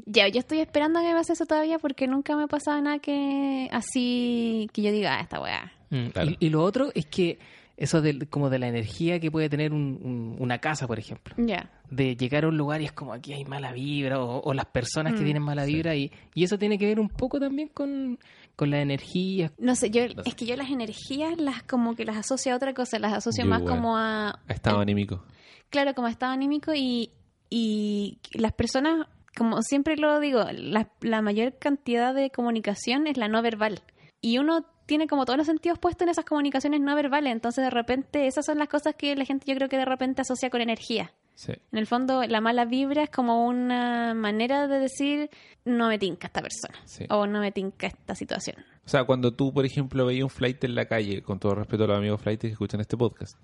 [SPEAKER 2] Ya, yo estoy esperando que me pase eso todavía porque nunca me ha pasado nada que así que yo diga, ah, esta weá.
[SPEAKER 3] Mm,
[SPEAKER 1] Claro.
[SPEAKER 3] Y, y lo otro es que eso del, como de la energía que puede tener un- un- una casa, por ejemplo.
[SPEAKER 2] Ya.
[SPEAKER 3] De llegar a un lugar y es como aquí hay mala vibra o, o las personas que tienen mala vibra y, y eso tiene que ver un poco también con, con la energía.
[SPEAKER 2] No sé, yo es que yo las energías las como que las asocio a otra cosa, las asocio
[SPEAKER 1] Yo
[SPEAKER 2] más
[SPEAKER 1] igual.
[SPEAKER 2] como a
[SPEAKER 1] Ha estado anímico.
[SPEAKER 2] claro, como a estado anímico y, y las personas, como siempre lo digo, la, la mayor cantidad de comunicación es la no verbal. Y uno tiene como todos los sentidos puestos en esas comunicaciones no verbales, entonces de repente esas son las cosas que la gente yo creo que de repente asocia con energía.
[SPEAKER 1] Sí.
[SPEAKER 2] En el fondo, la mala vibra es como una manera de decir, no me tinca esta persona,
[SPEAKER 1] Sí.
[SPEAKER 2] o no me tinca esta situación.
[SPEAKER 1] O sea, cuando tú, por ejemplo, veías un flight en la calle, con todo respeto a los amigos flight que escuchan este podcast.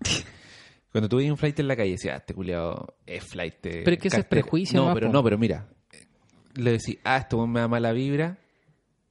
[SPEAKER 1] Cuando tú veías un flight en la calle, decías, ah, este culiado es flight.
[SPEAKER 3] Pero es que eso es prejuicio
[SPEAKER 1] No,
[SPEAKER 3] nomás,
[SPEAKER 1] pero
[SPEAKER 3] po.
[SPEAKER 1] no, pero mira. Le decís, ah, este weón me da mala vibra.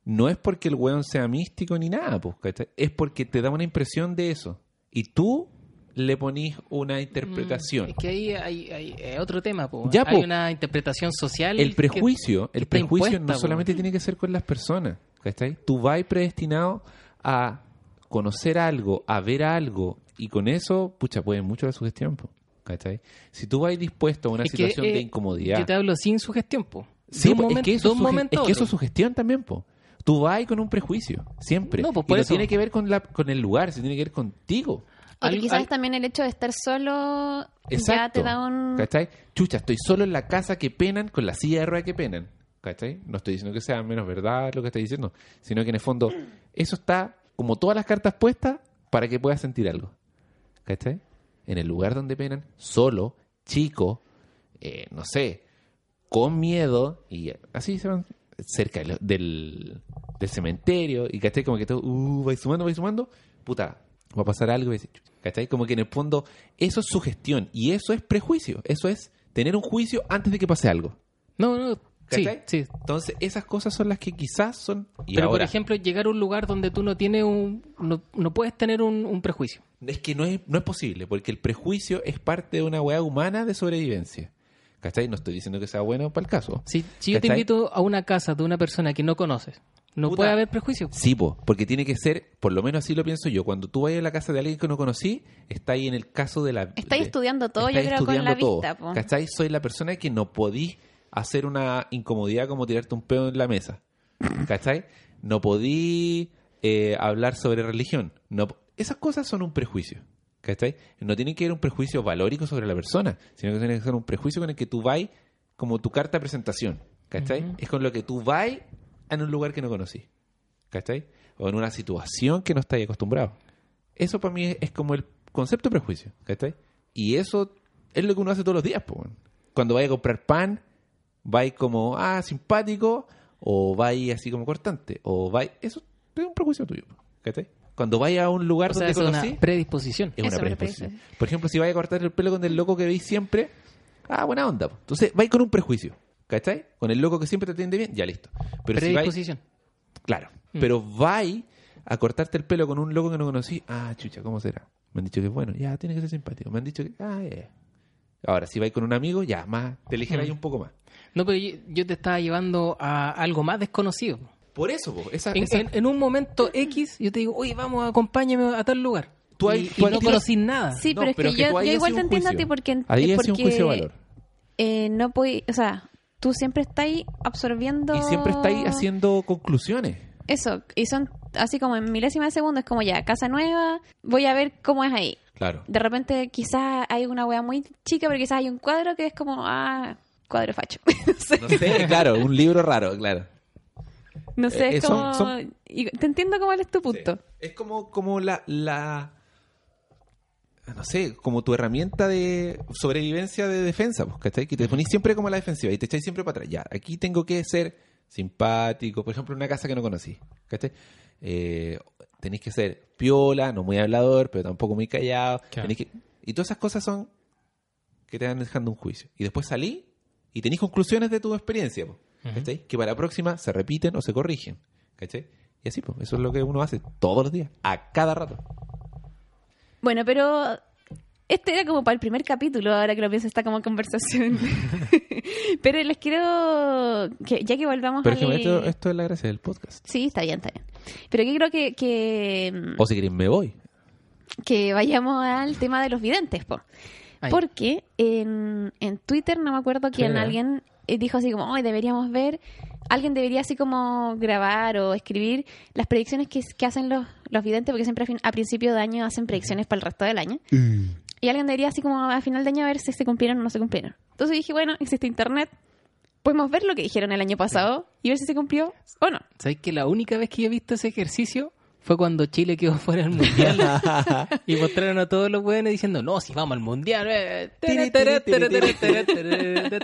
[SPEAKER 1] No es porque el weón sea místico ni nada, pues, ¿cachai? Es porque te da una impresión de eso. Y tú le ponís
[SPEAKER 3] Mm,
[SPEAKER 1] una interpretación.
[SPEAKER 3] Es que ahí hay, hay, eh, otro tema. po.
[SPEAKER 1] Ya,
[SPEAKER 3] hay
[SPEAKER 1] po.
[SPEAKER 3] una interpretación social.
[SPEAKER 1] El
[SPEAKER 3] que-
[SPEAKER 1] prejuicio,
[SPEAKER 3] que
[SPEAKER 1] el
[SPEAKER 3] está
[SPEAKER 1] prejuicio no
[SPEAKER 3] impuesta, po.
[SPEAKER 1] solamente tiene que ser con las personas, ¿cachai? Tú vas predestinado a conocer algo, a ver algo, y con eso, pucha, puede mucho la sugestión, po, ¿cachai? Si tú vas dispuesto a una
[SPEAKER 3] es que,
[SPEAKER 1] situación de
[SPEAKER 3] eh,
[SPEAKER 1] incomodidad...
[SPEAKER 3] Yo te hablo sin sugestión. Po.
[SPEAKER 1] Sí,
[SPEAKER 3] De un
[SPEAKER 1] po,
[SPEAKER 3] momento-
[SPEAKER 1] es que eso,
[SPEAKER 3] de
[SPEAKER 1] es
[SPEAKER 3] un
[SPEAKER 1] suge-
[SPEAKER 3] momento
[SPEAKER 1] es
[SPEAKER 3] a
[SPEAKER 1] que eso
[SPEAKER 3] otro.
[SPEAKER 1] es sugestión también, po. Tú vas con un prejuicio, siempre.
[SPEAKER 3] No, pues,
[SPEAKER 1] Y
[SPEAKER 3] por eso.
[SPEAKER 1] tiene que ver con, la, con el lugar, se tiene que ver contigo.
[SPEAKER 2] O que
[SPEAKER 3] Al-
[SPEAKER 2] quizás
[SPEAKER 3] al-
[SPEAKER 2] también el hecho de estar solo ya
[SPEAKER 1] Exacto.
[SPEAKER 2] te da un...
[SPEAKER 1] ¿Cachai? Chucha, estoy solo en la casa que penan con la silla de ruedas que penan. ¿Cachai? No estoy diciendo que sea menos verdad lo que estoy diciendo, sino que en el fondo eso está como todas las cartas puestas para que puedas sentir algo. ¿Cachai? En el lugar donde penan, solo, chico, eh, no sé, con miedo y así se van cerca de lo- del, del cementerio y ¿cachai? Como que todo, uh, vais sumando, vais sumando, puta, va a pasar algo y decís, chucha, ¿cachai? Como que en el fondo eso es sugestión y eso es prejuicio, eso es tener un juicio antes de que pase algo.
[SPEAKER 3] No, no. Sí,
[SPEAKER 1] ¿Cachai?
[SPEAKER 3] sí,
[SPEAKER 1] Entonces esas cosas son las que quizás son... Y
[SPEAKER 3] Pero, por
[SPEAKER 1] ahora,
[SPEAKER 3] ejemplo, llegar a un lugar donde tú no tienes un... No, no puedes tener un, un prejuicio.
[SPEAKER 1] Es que no es, no es posible, porque el prejuicio es parte de una weá humana de sobrevivencia. ¿Cachai? No estoy diciendo que sea bueno para el caso.
[SPEAKER 3] Si, si yo te
[SPEAKER 1] ¿Cachai?
[SPEAKER 3] invito a una casa de una persona que no conoces, no
[SPEAKER 1] Puta.
[SPEAKER 3] puede haber prejuicio.
[SPEAKER 1] Sí, po, porque tiene que ser, por lo menos así lo pienso yo, cuando tú vayas a la casa de alguien que no conocí, está ahí en el caso de la...
[SPEAKER 2] Estáis
[SPEAKER 1] de-
[SPEAKER 2] estudiando todo,
[SPEAKER 1] estáis
[SPEAKER 2] yo creo, con
[SPEAKER 1] estudiando
[SPEAKER 2] la
[SPEAKER 1] todo,
[SPEAKER 2] vista. po.
[SPEAKER 1] ¿Cachai? Soy la persona que no podí hacer una incomodidad como tirarte un pedo en la mesa. ¿Cachai? No podí eh, hablar sobre religión. No, po- esas cosas son un prejuicio. ¿Cachai? No tiene que ser un prejuicio valórico sobre la persona, sino que tiene que ser un prejuicio con el que tú vas como tu carta de presentación. ¿Cachai? Es con lo que tú vas en un lugar que no conocí. ¿Cachai? O en una situación que no estáis acostumbrado. Eso para mí es, es como el concepto de prejuicio, ¿cachai? Y eso es lo que uno hace todos los días, po, weón. Cuando vaya a comprar pan, vais como, ah, simpático, o vais así como cortante, o vais... Eso es un prejuicio tuyo, po, ¿cachai? Cuando vaya a un lugar
[SPEAKER 3] O sea,
[SPEAKER 1] donde
[SPEAKER 3] es
[SPEAKER 1] conocí,
[SPEAKER 3] una predisposición.
[SPEAKER 1] es
[SPEAKER 2] Eso
[SPEAKER 1] una
[SPEAKER 2] es una
[SPEAKER 1] predisposición. Por ejemplo, si vais a cortar el pelo con el loco que veis siempre, ah, buena onda, po. Entonces, vais con un prejuicio, ¿cachai? Con el loco que siempre te atiende bien, ya listo. Pero si vais...
[SPEAKER 3] predisposición.
[SPEAKER 1] Claro.
[SPEAKER 2] Mm.
[SPEAKER 1] Pero vai a cortarte el pelo con un loco que no conocí. Ah, chucha, ¿cómo será? Me han dicho que es bueno. Ya, tiene que ser simpático. Me han dicho que... Ah, ya, ya. Ahora, si vais con un amigo, ya, más... Te eligen
[SPEAKER 2] Mm.
[SPEAKER 1] ahí un poco más.
[SPEAKER 3] No, pero yo, yo te estaba llevando a algo más desconocido.
[SPEAKER 1] Por eso, po, esa,
[SPEAKER 3] En,
[SPEAKER 1] esa-
[SPEAKER 3] en- en un momento X, yo te digo, oye, vamos, acompáñame a tal lugar.
[SPEAKER 1] Tú ahí-
[SPEAKER 3] y
[SPEAKER 1] tú
[SPEAKER 3] y
[SPEAKER 1] ahí
[SPEAKER 3] no
[SPEAKER 1] tiras-
[SPEAKER 3] conocí nada.
[SPEAKER 2] Sí,
[SPEAKER 1] No,
[SPEAKER 2] pero es
[SPEAKER 1] pero
[SPEAKER 2] que,
[SPEAKER 1] que
[SPEAKER 2] yo,
[SPEAKER 1] tú ahí
[SPEAKER 2] yo
[SPEAKER 1] haces
[SPEAKER 2] igual
[SPEAKER 1] un
[SPEAKER 2] te entiendo a
[SPEAKER 1] juicio.
[SPEAKER 2] ti porque,
[SPEAKER 1] Ahí haces
[SPEAKER 2] porque
[SPEAKER 1] un juicio de valor.
[SPEAKER 2] eh, no puedes, o sea, tú siempre estás ahí absorbiendo...
[SPEAKER 1] Y siempre estáis haciendo conclusiones.
[SPEAKER 2] Eso, y son así como en milésimas de segundo, es como ya, casa nueva, voy a ver cómo es ahí.
[SPEAKER 1] Claro.
[SPEAKER 2] De repente quizás hay una wea muy chica, pero quizás hay un cuadro que es como, ah, cuadro facho. no sé,
[SPEAKER 1] No sé, claro, un libro raro, claro.
[SPEAKER 2] no sé, es
[SPEAKER 1] eh, son-
[SPEAKER 2] como...
[SPEAKER 1] son-
[SPEAKER 2] y te entiendo cómo es tu punto.
[SPEAKER 1] Es como, como la, la... eh, no sé, como tu herramienta de sobrevivencia de defensa, pues, ¿cachai? Que te ponís siempre como a la defensiva y te echáis siempre para atrás. Ya, aquí tengo que ser simpático, por ejemplo, en una casa que no conocí, ¿cachai? Eh, tenéis que ser piola, no muy hablador, pero tampoco muy callado.
[SPEAKER 4] Claro.
[SPEAKER 1] Tenés que- Y todas esas cosas son que te van dejando un juicio. Y después salí y tenéis conclusiones de tu experiencia, po, ¿cachai? Que para la próxima se repiten o se corrigen, ¿cachai? Y así, pues, eso es lo que uno hace todos los días, a cada rato.
[SPEAKER 2] Bueno, pero este era como para el primer capítulo, ahora que lo pienso, está como conversación. pero les quiero, que, ya que volvamos
[SPEAKER 1] Pero
[SPEAKER 2] al-
[SPEAKER 1] es que esto, esto es la gracia del podcast.
[SPEAKER 2] Sí, está bien, está bien. Pero que creo que, que,
[SPEAKER 1] O si quieren, me voy.
[SPEAKER 2] que vayamos al tema de los videntes, po.
[SPEAKER 3] Ahí.
[SPEAKER 2] Porque en, en Twitter, no me acuerdo quién,
[SPEAKER 1] Claro.
[SPEAKER 2] alguien eh, dijo así como, hoy deberíamos ver, alguien debería así como grabar o escribir las predicciones que, que hacen los, los videntes, porque siempre a, fin- a principio de año hacen predicciones para el resto del año. Y alguien debería así como a final de año ver si se cumplieron o no se cumplieron. Entonces dije, bueno, existe internet, podemos ver lo que dijeron el año pasado y ver si se cumplió o no.
[SPEAKER 3] ¿Sabéis que la única vez que yo he visto ese ejercicio fue cuando Chile quedó fuera del mundial? y mostraron a todos los hueones diciendo, no, si vamos al mundial. eh".
[SPEAKER 1] Tiri, tiri, tiri, tiri,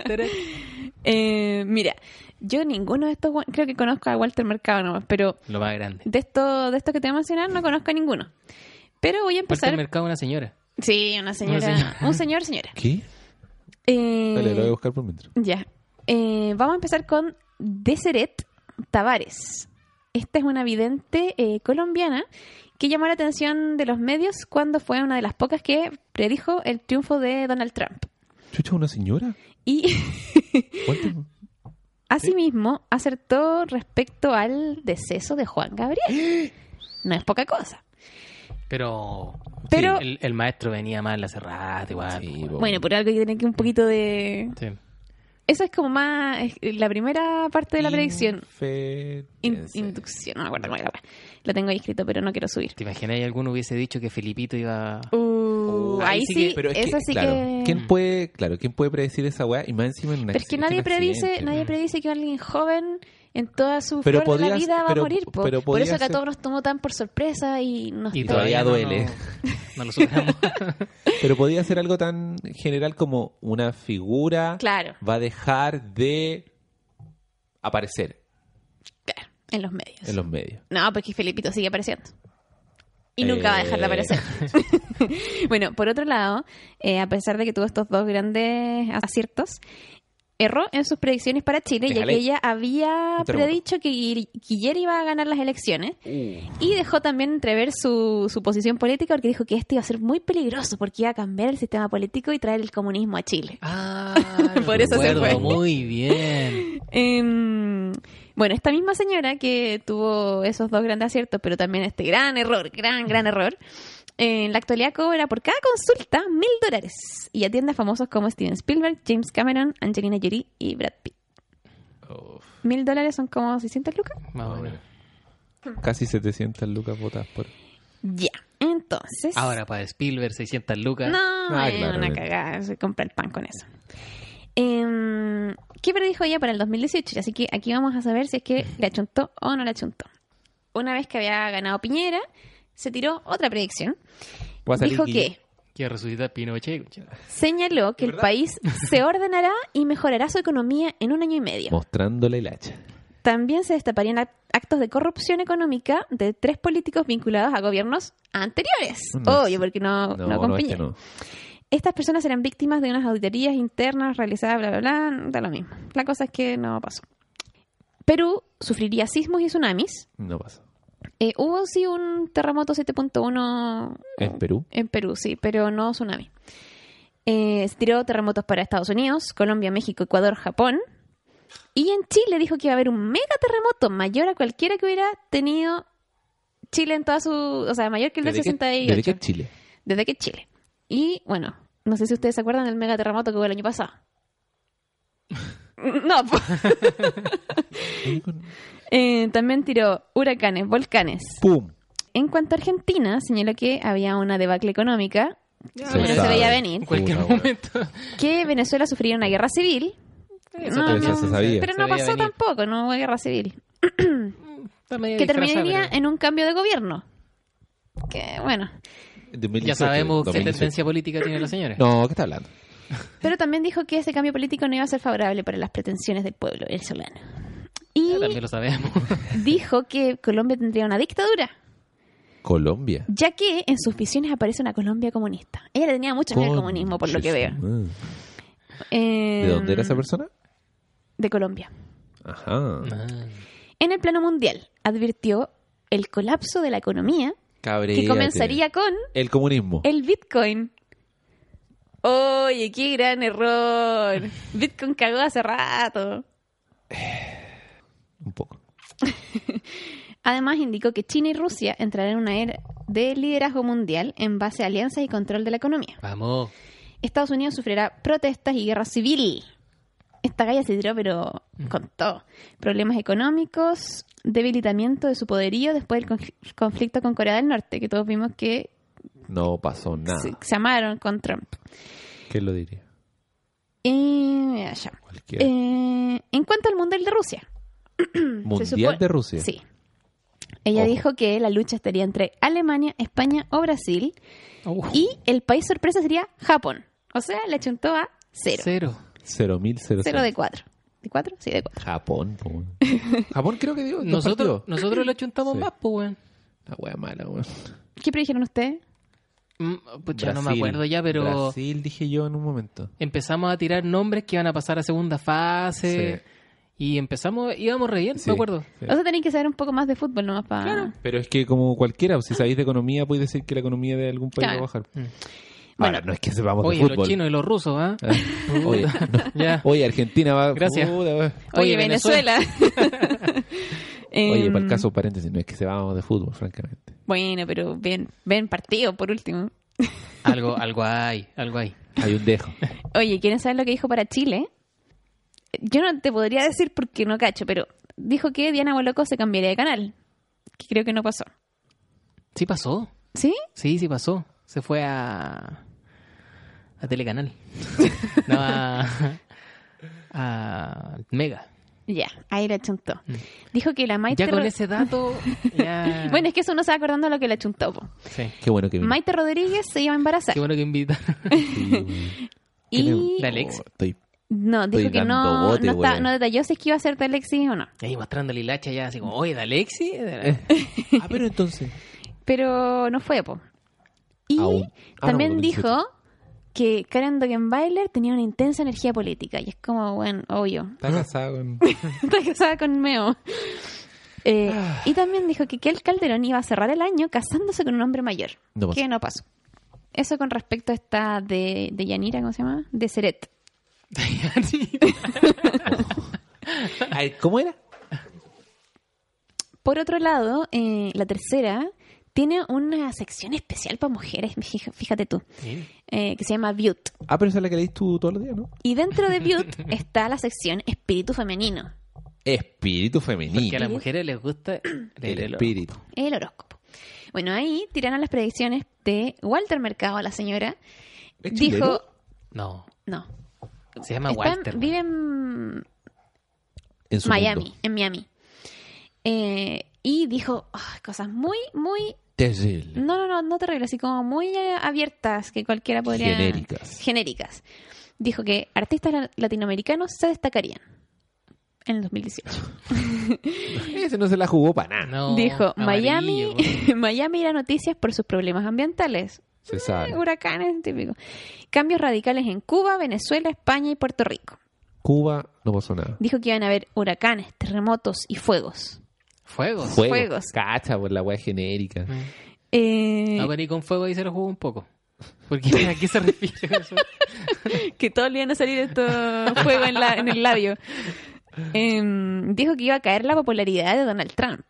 [SPEAKER 2] Eh, mira, yo ninguno de estos, gua- creo que conozco a Walter Mercado nomás, pero
[SPEAKER 3] Lo más grande.
[SPEAKER 2] de esto, de esto que te voy a mencionar no conozco a ninguno. Pero voy a
[SPEAKER 3] Parte
[SPEAKER 2] empezar.
[SPEAKER 3] del mercado una señora.
[SPEAKER 2] Sí, una señora,
[SPEAKER 3] Una señora.
[SPEAKER 2] un señor, señora.
[SPEAKER 1] ¿Qué?
[SPEAKER 2] Eh,
[SPEAKER 1] Dale, lo voy a buscar por mientras.
[SPEAKER 2] ya. Eh, vamos a empezar con Deseret Tavares. Esta es una vidente eh, colombiana que llamó la atención de los medios cuando fue una de las pocas que predijo el triunfo de Donald Trump.
[SPEAKER 1] Chucha, una señora.
[SPEAKER 2] Y
[SPEAKER 1] ¿Cuánto?
[SPEAKER 2] Asimismo, acertó respecto al deceso de Juan Gabriel. No es poca cosa.
[SPEAKER 3] Pero,
[SPEAKER 2] Pero-
[SPEAKER 3] el, el maestro venía mal la cerrada, igual.
[SPEAKER 1] Sí,
[SPEAKER 3] pues,
[SPEAKER 1] po.
[SPEAKER 2] Bueno, por algo hay que tener que un poquito de...
[SPEAKER 3] Sí.
[SPEAKER 2] Eso es como más... es la primera parte de la predicción. In-
[SPEAKER 1] Inferencia.
[SPEAKER 2] inducción, no me acuerdo cómo era. Lo tengo ahí escrito, pero no quiero subir.
[SPEAKER 3] ¿Te imaginas que alguno hubiese dicho que Felipito iba...
[SPEAKER 2] Uh,
[SPEAKER 3] Oh,
[SPEAKER 2] ahí,
[SPEAKER 3] ahí sí
[SPEAKER 2] sí,
[SPEAKER 3] que-
[SPEAKER 1] Pero es
[SPEAKER 2] eso
[SPEAKER 1] que,
[SPEAKER 2] sí
[SPEAKER 1] claro,
[SPEAKER 2] que...
[SPEAKER 1] ¿quién puede, claro, ¿quién puede predecir esa weá? Y más encima en una
[SPEAKER 2] Pero es que nadie predice, nadie predice que alguien joven en toda su
[SPEAKER 1] Pero
[SPEAKER 2] flor de la
[SPEAKER 1] podías-
[SPEAKER 2] vida va
[SPEAKER 1] pero-
[SPEAKER 2] a morir. po.
[SPEAKER 1] pero
[SPEAKER 2] por eso
[SPEAKER 1] podías
[SPEAKER 2] que a
[SPEAKER 1] ser-
[SPEAKER 2] todos nos tomó tan por sorpresa y nos
[SPEAKER 1] Y todavía
[SPEAKER 3] no-
[SPEAKER 1] duele.
[SPEAKER 3] No, no lo superamos.
[SPEAKER 1] Pero podría ser algo tan general como una figura
[SPEAKER 2] Claro.
[SPEAKER 1] va a dejar de aparecer
[SPEAKER 2] Claro, en los medios.
[SPEAKER 1] en los medios.
[SPEAKER 2] No, porque Felipito sigue apareciendo. Y nunca va a dejar de
[SPEAKER 1] Eh.
[SPEAKER 2] aparecer. bueno, por otro lado, eh, a pesar de que tuvo estos dos grandes aciertos, erró en sus predicciones para Chile, ya
[SPEAKER 1] Déjale.
[SPEAKER 2] que ella había
[SPEAKER 1] Un terremoto.
[SPEAKER 2] predicho que Guil- Guillermo iba a ganar las elecciones y dejó también entrever su, su posición política porque dijo que esto iba a ser muy peligroso porque iba a cambiar el sistema político y traer el comunismo a Chile.
[SPEAKER 3] Ah,
[SPEAKER 2] Por eso se
[SPEAKER 3] recuerdo
[SPEAKER 2] fue.
[SPEAKER 3] Muy bien.
[SPEAKER 2] Em, bueno, esta misma señora que tuvo esos dos grandes aciertos, pero también este gran error, gran, gran error, en la actualidad cobra por cada consulta mil dólares y atiende a famosos como Steven Spielberg, James Cameron, Angelina Jolie y Brad Pitt. Mil dólares son como 600 lucas.
[SPEAKER 3] Más o menos.
[SPEAKER 1] Casi 700 lucas votadas por...
[SPEAKER 2] Ya, entonces...
[SPEAKER 3] Ahora para Spielberg, 600 lucas.
[SPEAKER 2] No,
[SPEAKER 1] Ah,
[SPEAKER 2] es
[SPEAKER 1] claro,
[SPEAKER 2] una
[SPEAKER 1] bien.
[SPEAKER 2] cagada, se compra el pan con eso. Em, ¿Qué predijo ella para el 2018? Así que aquí vamos a saber si es que le achuntó o no le achuntó. Una vez que había ganado Piñera, se tiró otra predicción.
[SPEAKER 1] Va a salir
[SPEAKER 2] Dijo
[SPEAKER 1] Guille-
[SPEAKER 2] que
[SPEAKER 3] Quiere resucitar Pinochet. concha.
[SPEAKER 2] señaló que el país se ordenará y mejorará su economía en un año y medio.
[SPEAKER 1] Mostrándole el hacha.
[SPEAKER 2] También se destaparían act- actos de corrupción económica de tres políticos vinculados a gobiernos anteriores.
[SPEAKER 1] No, este
[SPEAKER 2] Obvio, porque no, no, con
[SPEAKER 1] es que
[SPEAKER 2] Piñera. Estas personas eran víctimas de unas auditorías internas realizadas, bla, bla, bla, da lo mismo. La cosa es que no pasó. Perú sufriría sismos y tsunamis.
[SPEAKER 1] No pasa.
[SPEAKER 2] Eh, hubo sí un terremoto 7.1
[SPEAKER 1] En Perú.
[SPEAKER 2] en Perú, sí, pero no tsunami. Eh, se tiró terremotos para Estados Unidos, Colombia, México, Ecuador, Japón. Y en Chile dijo que iba a haber un mega terremoto mayor a cualquiera que hubiera tenido Chile en toda su... O sea, mayor que el del
[SPEAKER 1] ¿Desde qué-
[SPEAKER 2] 68
[SPEAKER 1] desde qué Chile?
[SPEAKER 2] desde que Chile. Y bueno, no sé si ustedes se acuerdan del mega terremoto que hubo el año pasado. No, po. Eh, también tiró huracanes, volcanes.
[SPEAKER 1] ¡Pum!
[SPEAKER 2] En cuanto a Argentina, señaló que había una debacle económica
[SPEAKER 1] Se
[SPEAKER 2] pero no se
[SPEAKER 1] sabe.
[SPEAKER 2] veía venir.
[SPEAKER 3] En cualquier
[SPEAKER 1] Puta, weón.
[SPEAKER 3] momento.
[SPEAKER 2] que Venezuela sufriría una guerra civil. No,
[SPEAKER 1] pero eso
[SPEAKER 2] no,
[SPEAKER 1] se sabía.
[SPEAKER 2] pero
[SPEAKER 3] Se
[SPEAKER 2] no
[SPEAKER 3] veía
[SPEAKER 2] pasó
[SPEAKER 3] venir.
[SPEAKER 2] tampoco, no hubo guerra civil.
[SPEAKER 3] Está medio
[SPEAKER 2] Que
[SPEAKER 3] disfrazada,
[SPEAKER 2] terminaría
[SPEAKER 3] pero-
[SPEAKER 2] en un cambio de gobierno. Que bueno.
[SPEAKER 3] Ya
[SPEAKER 1] 2018,
[SPEAKER 3] sabemos qué
[SPEAKER 1] 2018.
[SPEAKER 3] tendencia política tiene la señora.
[SPEAKER 1] No, ¿qué está hablando?
[SPEAKER 2] Pero también dijo que ese cambio político no iba a ser favorable para las pretensiones del pueblo venezolano. Y
[SPEAKER 3] Ya También lo sabemos.
[SPEAKER 2] dijo que Colombia tendría una dictadura,
[SPEAKER 1] Colombia.
[SPEAKER 2] ya que en sus visiones aparece una Colombia comunista. Ella le tenía mucho miedo al comunismo, por lo que veo.
[SPEAKER 1] Conches, ah.
[SPEAKER 2] Eh,
[SPEAKER 1] ¿De dónde era esa persona?
[SPEAKER 2] De Colombia.
[SPEAKER 1] Ajá.
[SPEAKER 3] Ah,
[SPEAKER 2] En el plano mundial, advirtió el colapso de la economía
[SPEAKER 1] Cabreate.
[SPEAKER 2] que comenzaría con
[SPEAKER 1] El comunismo.
[SPEAKER 2] el Bitcoin. Oye, qué gran error. Bitcoin cagó hace rato.
[SPEAKER 1] Un poco.
[SPEAKER 2] Además, indicó que China y Rusia entrarán en una era de liderazgo mundial en base a alianzas y control de la economía.
[SPEAKER 3] Vamos.
[SPEAKER 2] Estados Unidos sufrirá protestas y guerra civil. Esta galla se tiró, pero con todo. Problemas económicos, debilitamiento de su poderío después del conf- conflicto con Corea del Norte, que todos vimos que
[SPEAKER 1] No pasó nada.
[SPEAKER 2] se, se amaron con Trump.
[SPEAKER 1] ¿Qué lo diría?
[SPEAKER 2] Y allá.
[SPEAKER 1] Cualquiera.
[SPEAKER 2] Eh, en cuanto al Mundial de Rusia.
[SPEAKER 1] Mundial
[SPEAKER 2] se supone-
[SPEAKER 1] de Rusia.
[SPEAKER 2] Sí. Ella
[SPEAKER 1] Ojo.
[SPEAKER 2] dijo que la lucha estaría entre Alemania, España o Brasil.
[SPEAKER 3] Uh,
[SPEAKER 2] Y el país sorpresa sería Japón. O sea, le achuntó a cero.
[SPEAKER 3] Cero.
[SPEAKER 1] 0.000.
[SPEAKER 2] Cero de cuatro. ¿De cuatro? Sí, de cuatro.
[SPEAKER 1] Japón. po. Japón creo que dio.
[SPEAKER 3] Nosotros, nosotros le achuntamos
[SPEAKER 1] Sí.
[SPEAKER 3] más, pues, weón.
[SPEAKER 1] La wea mala, weón.
[SPEAKER 2] ¿Qué predijeron ustedes?
[SPEAKER 3] Mm, Pucha, no me
[SPEAKER 1] Brasil.
[SPEAKER 3] acuerdo ya, pero
[SPEAKER 1] Brasil, dije yo en un momento.
[SPEAKER 3] empezamos a tirar nombres que iban a pasar a segunda fase. Y empezamos, íbamos re bien,
[SPEAKER 1] Sí,
[SPEAKER 3] me acuerdo.
[SPEAKER 1] sí.
[SPEAKER 2] O sea, tenéis que saber un poco más de fútbol nomás para...
[SPEAKER 1] Pero es que como cualquiera, si sabéis de economía, podéis decir que la economía de algún país
[SPEAKER 2] Claro.
[SPEAKER 1] va a bajar.
[SPEAKER 3] Mm.
[SPEAKER 1] Ahora, no es que sepamos
[SPEAKER 3] Oye,
[SPEAKER 1] de
[SPEAKER 3] los
[SPEAKER 1] fútbol. Oh.
[SPEAKER 3] chinos y los rusos, ¿ah?
[SPEAKER 1] Ah, Oye, no.
[SPEAKER 3] Ya.
[SPEAKER 1] Oye, Argentina va...
[SPEAKER 3] Gracias.
[SPEAKER 1] Puta, weón.
[SPEAKER 2] Oye, Venezuela.
[SPEAKER 1] Oye,
[SPEAKER 2] Em,
[SPEAKER 1] para el caso, paréntesis, no es que sepamos de fútbol, francamente.
[SPEAKER 2] Bueno, pero ven, ven partido por último.
[SPEAKER 3] Algo, algo hay, algo hay.
[SPEAKER 1] Hay un dejo.
[SPEAKER 2] Oye, ¿quieren saber lo que dijo para Chile? Yo no te podría decir porque no cacho, pero dijo que Diana Boloco se cambiaría de canal. Que creo que no pasó.
[SPEAKER 3] Sí pasó.
[SPEAKER 2] ¿Sí?
[SPEAKER 3] Sí, sí pasó. Se fue a. a Telecanal. no, a. a Mega.
[SPEAKER 2] Ya, ahí la chuntó. Dijo que la Maite...
[SPEAKER 3] Ya con
[SPEAKER 2] Ro-
[SPEAKER 3] ese dato. ya-
[SPEAKER 2] Bueno, es que eso no se va acordando de lo que la chuntó. po.
[SPEAKER 3] Sí.
[SPEAKER 1] Qué bueno que vino.
[SPEAKER 2] Maite Rodríguez se iba a embarazar.
[SPEAKER 3] Qué bueno que invita.
[SPEAKER 2] Y...
[SPEAKER 3] Dale. Alex.
[SPEAKER 1] Oh, estoy-
[SPEAKER 2] No,
[SPEAKER 1] Estoy
[SPEAKER 2] dijo que no,
[SPEAKER 1] dando bote,
[SPEAKER 2] no, está-
[SPEAKER 1] weón.
[SPEAKER 2] no detalló si es que iba a ser de Alexis o no.
[SPEAKER 3] Ahí mostrando la hilacha ya, así como, oye, de Alexi.
[SPEAKER 1] Ah, pero entonces...
[SPEAKER 2] Pero no fue, po. Y
[SPEAKER 1] Aún. Ah, no,
[SPEAKER 2] también
[SPEAKER 1] 2018.
[SPEAKER 2] dijo que Karen Dogenbailer tenía una intensa energía política. Y es como, bueno, obvio.
[SPEAKER 1] Está
[SPEAKER 3] Ah.
[SPEAKER 1] casado con...
[SPEAKER 2] Está casada con Meo. Eh, y también dijo que el Calderón iba a cerrar el año casándose con un hombre mayor.
[SPEAKER 1] No pasó.
[SPEAKER 2] que no pasó. Eso con respecto a esta de, de Yanira, ¿cómo se llama? De Seret.
[SPEAKER 1] A ver, ¿Cómo era?
[SPEAKER 2] Por otro lado, eh, la tercera tiene una sección especial para mujeres, fija- fíjate tú, eh, que se llama Beaut.
[SPEAKER 1] Ah, pero esa es la que leís tú todos los días, ¿no?
[SPEAKER 2] Y dentro de Beaut está la sección Espíritu Femenino,
[SPEAKER 1] Espíritu
[SPEAKER 3] Porque
[SPEAKER 1] femenino.
[SPEAKER 3] a las mujeres les gusta leer
[SPEAKER 1] El
[SPEAKER 3] el
[SPEAKER 1] espíritu.
[SPEAKER 2] el horóscopo. Bueno, ahí tiraron las predicciones de Walter Mercado, la señora.
[SPEAKER 1] ¿Es
[SPEAKER 2] Dijo,
[SPEAKER 1] chileno?
[SPEAKER 3] No,
[SPEAKER 2] no,
[SPEAKER 3] se llama
[SPEAKER 2] está en-
[SPEAKER 3] Walter.
[SPEAKER 2] vive en
[SPEAKER 1] En su
[SPEAKER 2] Miami,
[SPEAKER 1] mundo.
[SPEAKER 2] en Miami. Eh, y dijo ah, cosas muy, muy
[SPEAKER 3] Mm.
[SPEAKER 1] Terrible.
[SPEAKER 2] No, no, no, no terrible, así como muy eh, abiertas que cualquiera podría.
[SPEAKER 1] Genéricas.
[SPEAKER 2] Genéricas. Dijo que artistas la- latinoamericanos se destacarían en el 2018.
[SPEAKER 1] Ese no se la jugó para nada.
[SPEAKER 3] No,
[SPEAKER 2] Dijo,
[SPEAKER 3] amarillo,
[SPEAKER 2] Miami, Miami era noticias por sus problemas ambientales.
[SPEAKER 1] Se
[SPEAKER 2] Eh,
[SPEAKER 1] sabe.
[SPEAKER 2] Huracanes, típico. Cambios radicales en Cuba, Venezuela, España y Puerto Rico.
[SPEAKER 1] Cuba no pasó nada.
[SPEAKER 2] Dijo que iban a haber huracanes, terremotos y fuegos.
[SPEAKER 3] Fuego.
[SPEAKER 1] Fuegos.
[SPEAKER 2] Fuegos.
[SPEAKER 1] Cacha por la wea genérica.
[SPEAKER 2] Eh,
[SPEAKER 3] Ah, pero y con fuego ahí se lo jugó un poco. Porque a qué se refiere con eso?
[SPEAKER 2] que todos le iban a salir estos fuegos en, la- en el labio. Em, dijo que iba a caer la popularidad de Donald Trump,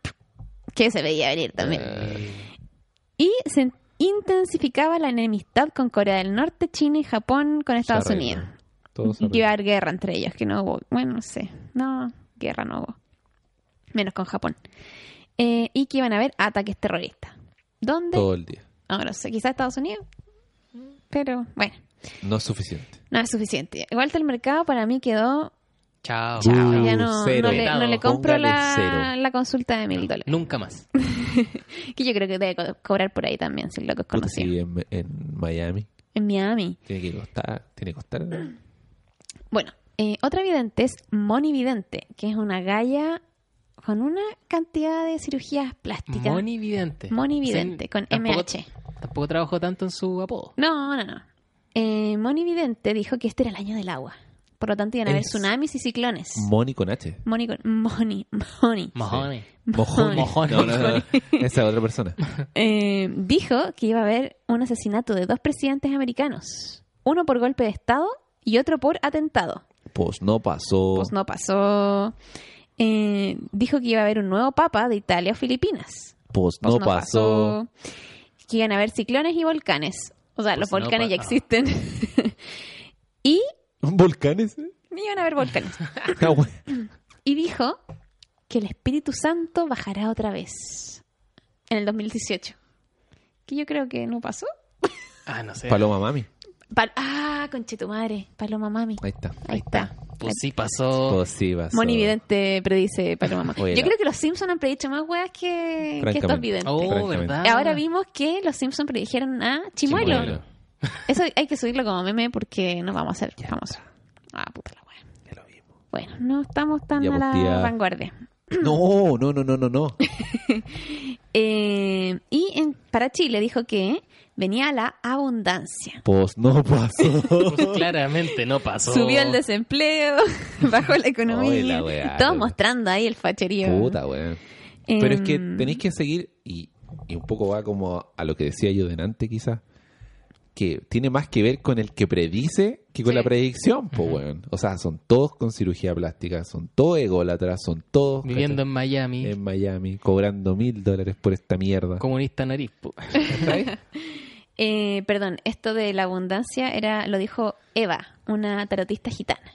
[SPEAKER 2] que se veía venir también.
[SPEAKER 3] Eh.
[SPEAKER 2] Y se intensificaba la enemistad con Corea del Norte, China y Japón con Estados
[SPEAKER 1] Se
[SPEAKER 2] Unidos.
[SPEAKER 1] arregló. Todo se
[SPEAKER 2] Y que iba a
[SPEAKER 1] arregló.
[SPEAKER 2] haber guerra entre ellos, que no hubo, bueno, no sé, no, guerra no hubo. Menos con Japón. Eh, y que iban a haber ataques terroristas. ¿Dónde?
[SPEAKER 1] Todo el día.
[SPEAKER 2] Ah, no sé, quizás Estados Unidos. Pero bueno,
[SPEAKER 1] No es suficiente.
[SPEAKER 2] no es suficiente. Walter el mercado para mí quedó
[SPEAKER 3] Chao.
[SPEAKER 1] Chao.
[SPEAKER 2] ya no,
[SPEAKER 1] cero.
[SPEAKER 2] no le, no le compro
[SPEAKER 1] Póngale
[SPEAKER 2] la,
[SPEAKER 1] cero.
[SPEAKER 2] la consulta de mil dólares.
[SPEAKER 3] Nunca más.
[SPEAKER 2] que yo creo que debe co- cobrar por ahí también, si el loco es
[SPEAKER 1] Puta,
[SPEAKER 2] conocido.
[SPEAKER 1] sí, en, en Miami.
[SPEAKER 2] En Miami.
[SPEAKER 1] Tiene que costar. Tiene que costar.
[SPEAKER 2] Bueno, eh, otra vidente es Moni Vidente, que es una galla con una cantidad de cirugías plásticas.
[SPEAKER 3] Moni Vidente.
[SPEAKER 2] Moni
[SPEAKER 3] O sea,
[SPEAKER 2] Vidente, con
[SPEAKER 3] tampoco-
[SPEAKER 2] MH.
[SPEAKER 3] Tampoco trabajó tanto en su apodo.
[SPEAKER 2] No, no, no. Eh, Moni Vidente dijo que este era el año del agua. Por lo tanto, iban a haber
[SPEAKER 1] Es-
[SPEAKER 2] tsunamis y ciclones.
[SPEAKER 1] Money con H.
[SPEAKER 2] Moni, con- Moni, Moni.
[SPEAKER 3] Mojone.
[SPEAKER 1] Mojón.
[SPEAKER 3] Mojón.
[SPEAKER 1] No, no, no. Esa es otra persona.
[SPEAKER 2] Eh, dijo que iba a haber un asesinato de dos presidentes americanos. Uno por golpe de Estado y otro por atentado.
[SPEAKER 1] Pues no pasó.
[SPEAKER 2] Pues no pasó. Eh, dijo que iba a haber un nuevo papa de Italia o Filipinas.
[SPEAKER 1] Pues
[SPEAKER 2] Pues
[SPEAKER 1] no pasó.
[SPEAKER 2] Que iban a haber ciclones y volcanes. O sea, los
[SPEAKER 3] Pues no
[SPEAKER 2] volcanes ya
[SPEAKER 3] pa-
[SPEAKER 2] existen. y
[SPEAKER 1] ¿Volcanes?
[SPEAKER 2] iban a haber volcanes.
[SPEAKER 1] Ah, bueno.
[SPEAKER 2] Y dijo que el Espíritu Santo bajará otra vez en el 2018. Que yo creo que no pasó.
[SPEAKER 3] Ah, no sé.
[SPEAKER 1] Paloma Mami.
[SPEAKER 2] Pal- ah, conche tu madre. Paloma Mami.
[SPEAKER 1] Ahí está.
[SPEAKER 2] Ahí está.
[SPEAKER 3] Pues sí pasó.
[SPEAKER 1] Pues sí pasó.
[SPEAKER 2] Oh. Moni Vidente predice Paloma Mami.
[SPEAKER 1] Oye,
[SPEAKER 2] Yo
[SPEAKER 1] la-
[SPEAKER 2] creo que los Simpsons han predicho más weas que, que estos
[SPEAKER 1] Francamente.
[SPEAKER 2] videntes.
[SPEAKER 3] Oh,
[SPEAKER 1] Francamente.
[SPEAKER 3] ¿verdad?
[SPEAKER 2] Ahora vimos que los Simpsons predijeron a Chimuelo.
[SPEAKER 1] Chimuelo.
[SPEAKER 2] Eso hay que subirlo como meme porque no vamos a ser famosos. Ah, puta la wea.
[SPEAKER 1] Ya lo vimos.
[SPEAKER 2] Bueno, no estamos tan
[SPEAKER 1] Ya,
[SPEAKER 2] a
[SPEAKER 1] pues,
[SPEAKER 2] la
[SPEAKER 1] tía.
[SPEAKER 2] vanguardia.
[SPEAKER 1] No, no, no, no, no, no.
[SPEAKER 2] Eh, y en- para Chile dijo que venía la abundancia.
[SPEAKER 1] Pues no pasó.
[SPEAKER 3] Pues claramente no pasó.
[SPEAKER 2] Subió el desempleo, bajó la
[SPEAKER 1] Oye,
[SPEAKER 2] economía.
[SPEAKER 1] la weá,
[SPEAKER 2] todos
[SPEAKER 1] loco.
[SPEAKER 2] mostrando ahí el facherío.
[SPEAKER 1] Puta, weón. Pero es que
[SPEAKER 2] Em,
[SPEAKER 1] tenéis que seguir, y, y un poco va como a lo que decía yo delante, quizás, que tiene más que ver con el que predice que con
[SPEAKER 2] Sí.
[SPEAKER 1] la predicción, pues, weón. O sea, son todos con cirugía plástica, son todos ególatras, son todos
[SPEAKER 3] Viviendo en
[SPEAKER 1] ¿cachai?
[SPEAKER 3] Miami.
[SPEAKER 1] en Miami, cobrando mil dólares por esta mierda.
[SPEAKER 3] Comunista nariz. po.
[SPEAKER 2] eh, perdón, esto de la abundancia era lo dijo Eva, una tarotista gitana.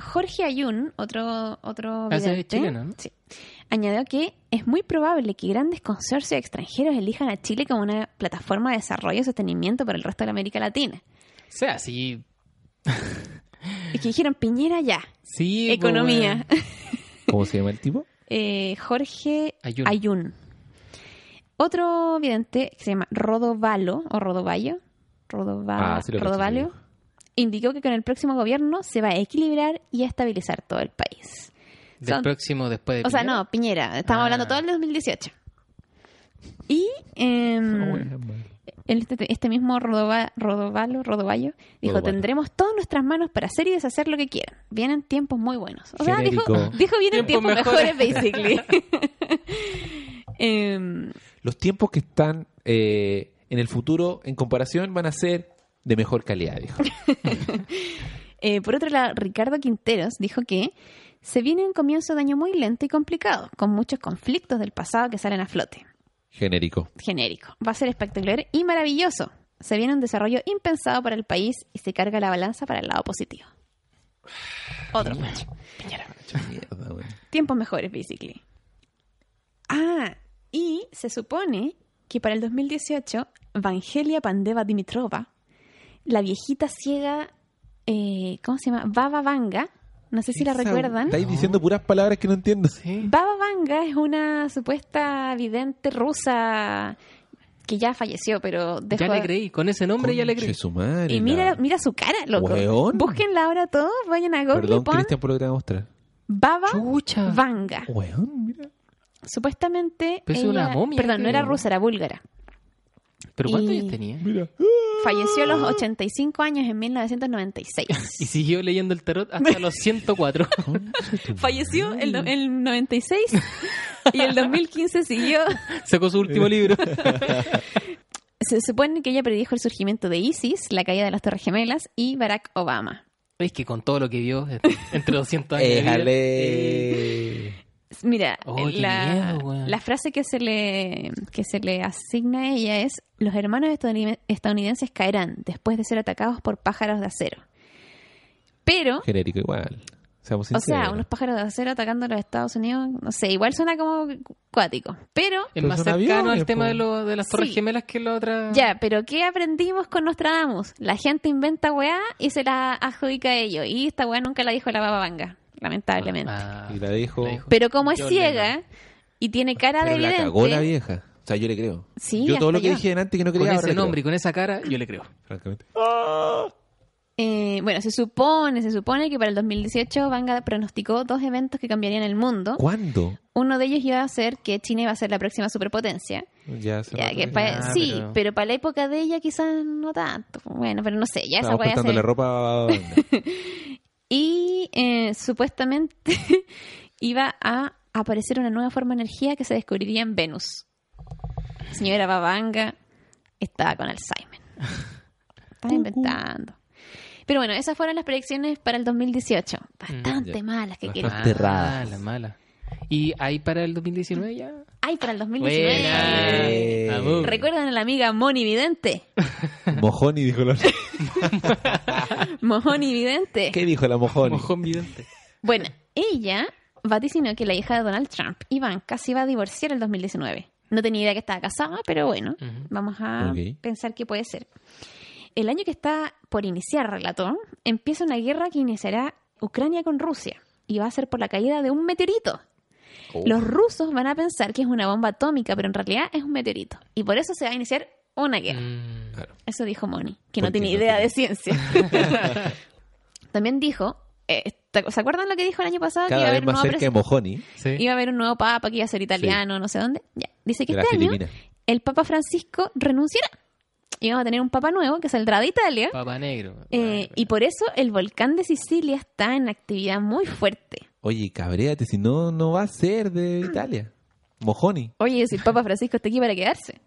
[SPEAKER 2] Jorge Ayun, otro otro
[SPEAKER 3] Ah, ese es
[SPEAKER 2] vidente,
[SPEAKER 3] chileno, ¿no?
[SPEAKER 2] sí, añadió que es muy probable que grandes consorcios extranjeros elijan a Chile como una plataforma de desarrollo y sostenimiento para el resto de la América Latina.
[SPEAKER 3] O sea, sí.
[SPEAKER 2] Es que dijeron Piñera ya.
[SPEAKER 3] Sí. po,
[SPEAKER 2] Economía.
[SPEAKER 3] weón.
[SPEAKER 1] ¿Cómo se llama el tipo?
[SPEAKER 2] Eh, Jorge
[SPEAKER 3] Ayun.
[SPEAKER 2] Ayun. Otro vidente que se llama Rodovalo o Rodovallo, Rodova-
[SPEAKER 1] Ah, sí lo cacho,
[SPEAKER 2] Rodovalio,
[SPEAKER 1] sí.
[SPEAKER 2] indicó que con el próximo gobierno se va a equilibrar y a estabilizar todo el país.
[SPEAKER 3] Del
[SPEAKER 2] Son-
[SPEAKER 3] próximo después de.
[SPEAKER 2] O sea,
[SPEAKER 3] Piñera.
[SPEAKER 2] no, Piñera, estamos
[SPEAKER 3] Ah.
[SPEAKER 2] hablando todo el 2018. Y em,
[SPEAKER 3] Oh,
[SPEAKER 2] el- este, este mismo Rodova- Rodovalo, Rodovallo, dijo,
[SPEAKER 1] Rodovallo.
[SPEAKER 2] tendremos todo en nuestras manos para hacer y deshacer lo que quieran. Vienen tiempos muy buenos. O sea, dijo,
[SPEAKER 1] Genérico.
[SPEAKER 2] dijo, vienen
[SPEAKER 3] Tiempos
[SPEAKER 2] tiempos, mejores, basically. Em,
[SPEAKER 1] Los tiempos que están eh, en el futuro, en comparación, van a ser de mejor calidad, dijo.
[SPEAKER 2] Eh, por otro lado, Ricardo Quinteros dijo que se viene un comienzo de año muy lento y complicado, con muchos conflictos del pasado que salen a flote.
[SPEAKER 1] Genérico.
[SPEAKER 2] Genérico. Va a ser espectacular y maravilloso. Se viene un desarrollo impensado para el país y se carga la balanza para el lado positivo. Otro macho.
[SPEAKER 1] Mierda, weón.
[SPEAKER 2] Tiempos mejores, basically. Ah, y se supone que para el 2018, Vangelia Pandeva Dimitrova, la viejita ciega, eh, ¿cómo se llama? Baba Vanga, no sé si la
[SPEAKER 1] Esa-
[SPEAKER 2] recuerdan.
[SPEAKER 1] Estáis diciendo puras palabras que no entiendo.
[SPEAKER 2] Baba Vanga es una supuesta vidente rusa que ya falleció, pero dejó...
[SPEAKER 3] Ya le creí. Con ese nombre ya le creí.
[SPEAKER 1] Conche su madre,
[SPEAKER 2] Y mira,
[SPEAKER 1] la-
[SPEAKER 2] mira su cara, loco.
[SPEAKER 1] Weón.
[SPEAKER 2] Búsquenla ahora todos, vayan a Google y
[SPEAKER 1] Perdón,
[SPEAKER 2] pon
[SPEAKER 1] Cristian, por lo que te voy a mostrar.
[SPEAKER 2] Baba
[SPEAKER 3] Chucha.
[SPEAKER 2] Vanga.
[SPEAKER 1] Weón, mira.
[SPEAKER 2] Supuestamente.
[SPEAKER 3] Pero es una
[SPEAKER 2] ella-
[SPEAKER 3] momia,
[SPEAKER 2] Perdón, no era
[SPEAKER 3] creo.
[SPEAKER 2] rusa, era búlgara.
[SPEAKER 3] ¿Pero cuántos
[SPEAKER 2] Y-
[SPEAKER 3] años tenía?
[SPEAKER 2] Falleció a los 85 años en 1996.
[SPEAKER 3] Ah. Y siguió leyendo el tarot hasta los 104.
[SPEAKER 2] Falleció el, do- el 96 y el 2015 siguió.
[SPEAKER 3] Sacó su último libro.
[SPEAKER 2] Se supone que ella predijo el surgimiento de ISIS, la caída de las Torres Gemelas y Barack Obama.
[SPEAKER 3] Es que con todo lo que vio, eh, entre 200 años. de vida, eh,
[SPEAKER 1] Éjale.
[SPEAKER 2] Mira,
[SPEAKER 3] Oh, qué
[SPEAKER 2] la,
[SPEAKER 3] miedo, weón.
[SPEAKER 2] la frase que se, le, que se le asigna a ella es, los hermanos estadouni- estadounidenses caerán después de ser atacados por pájaros de acero. Pero
[SPEAKER 1] Genérico igual. Seamos
[SPEAKER 2] O
[SPEAKER 1] sinceros.
[SPEAKER 2] sea, unos pájaros de acero atacando a los Estados Unidos, no sé, igual suena como cuático. Pero,
[SPEAKER 3] es
[SPEAKER 1] Pero
[SPEAKER 3] más
[SPEAKER 1] son
[SPEAKER 3] cercano
[SPEAKER 1] aviones,
[SPEAKER 3] al tema
[SPEAKER 1] po.
[SPEAKER 3] de, lo- de las Torres
[SPEAKER 2] Sí.
[SPEAKER 3] Gemelas que la otra.
[SPEAKER 2] ya, pero ¿qué aprendimos con Nostradamus? La gente inventa weá y se la adjudica a ellos. Y esta weá nunca la dijo la baba vanga, lamentablemente.
[SPEAKER 3] Ah,
[SPEAKER 1] Y la dijo.
[SPEAKER 3] la dijo.
[SPEAKER 2] pero como es
[SPEAKER 3] John
[SPEAKER 2] ciega, ¿eh? y tiene cara
[SPEAKER 1] Pero
[SPEAKER 2] de
[SPEAKER 1] la
[SPEAKER 2] vidente.
[SPEAKER 1] cagó la vieja. O sea, yo le creo.
[SPEAKER 2] Sí,
[SPEAKER 1] yo todo
[SPEAKER 2] hasta
[SPEAKER 1] lo que
[SPEAKER 2] yo.
[SPEAKER 1] dije antes que no creía
[SPEAKER 3] Con
[SPEAKER 1] ahora le
[SPEAKER 3] ese
[SPEAKER 1] creo,
[SPEAKER 3] nombre y con esa cara, yo le creo.
[SPEAKER 1] Francamente.
[SPEAKER 2] Eh, bueno, se supone, se supone que para el 2018 Vanga pronosticó dos eventos que cambiarían el mundo.
[SPEAKER 1] ¿Cuándo?
[SPEAKER 2] Uno de ellos iba a ser que China iba a ser la próxima superpotencia.
[SPEAKER 1] Ya se
[SPEAKER 2] Ya,
[SPEAKER 1] me
[SPEAKER 2] que
[SPEAKER 1] olvidó.
[SPEAKER 2] pa-
[SPEAKER 3] Ah,
[SPEAKER 2] sí,
[SPEAKER 3] pero-
[SPEAKER 2] pero... para la época de ella quizás no tanto. Bueno, pero no sé, ya esa
[SPEAKER 1] Estaba
[SPEAKER 2] voy a
[SPEAKER 1] cortándole ropa. a-
[SPEAKER 2] Y eh, supuestamente iba a aparecer una nueva forma de energía que se descubriría en Venus. Señora Babanga estaba con Alzheimer. Estaba inventando. Pero bueno, esas fueron las predicciones para el 2018. Bastante
[SPEAKER 1] Mm, Ya.
[SPEAKER 2] malas que
[SPEAKER 1] Bastante.
[SPEAKER 2] queremos.
[SPEAKER 1] Terradas.
[SPEAKER 3] Mala, mala. ¿Y ahí para el 2019 ya?
[SPEAKER 2] Ay, para el 2019.
[SPEAKER 1] Eh,
[SPEAKER 3] Buena. Vamos.
[SPEAKER 2] ¿Recuerdan a la amiga Moni Vidente?
[SPEAKER 1] Mojoni dijo la...
[SPEAKER 2] Moni Vidente.
[SPEAKER 1] ¿Qué dijo la Mojoni?
[SPEAKER 3] Mojón vidente.
[SPEAKER 2] Bueno, ella vaticinó que la hija de Donald Trump, Ivanka, se iba a divorciar el 2019. No tenía idea que estaba casada, pero bueno,
[SPEAKER 3] Ujú.
[SPEAKER 2] vamos a
[SPEAKER 1] Ok.
[SPEAKER 2] pensar que puede ser. El año que está por iniciar, relató, empieza una guerra que iniciará Ucrania con Rusia y va a ser por la caída de un meteorito.
[SPEAKER 1] Oh.
[SPEAKER 2] Los rusos van a pensar que es una bomba atómica, pero en realidad es un meteorito. Y por eso se va a iniciar una guerra.
[SPEAKER 3] Mm.
[SPEAKER 1] Claro.
[SPEAKER 2] Eso dijo Moni, que no
[SPEAKER 1] Porque
[SPEAKER 2] tiene
[SPEAKER 1] no
[SPEAKER 2] idea
[SPEAKER 1] tiene-
[SPEAKER 2] de ciencia. También dijo, eh, ¿te- ¿se acuerdan lo que dijo el año pasado? que iba a
[SPEAKER 1] Cada vez
[SPEAKER 2] haber un
[SPEAKER 1] más
[SPEAKER 2] nuevo
[SPEAKER 1] cerca de
[SPEAKER 2] pres-
[SPEAKER 1] Mojoni,
[SPEAKER 3] Sí.
[SPEAKER 2] Iba a haber un nuevo papa que iba a ser italiano, no sé dónde. Ya. Dice que
[SPEAKER 1] de la
[SPEAKER 2] este año
[SPEAKER 1] Filipina.
[SPEAKER 2] el papa Francisco renunciará. Y vamos a tener un papa nuevo que saldrá de Italia.
[SPEAKER 3] Papá negro.
[SPEAKER 2] Eh, y por eso el volcán de Sicilia está en actividad muy fuerte.
[SPEAKER 1] Oye, cabréate, si no, no va a ser de Italia. Mojoni.
[SPEAKER 2] Oye, si el papa Francisco está aquí para quedarse.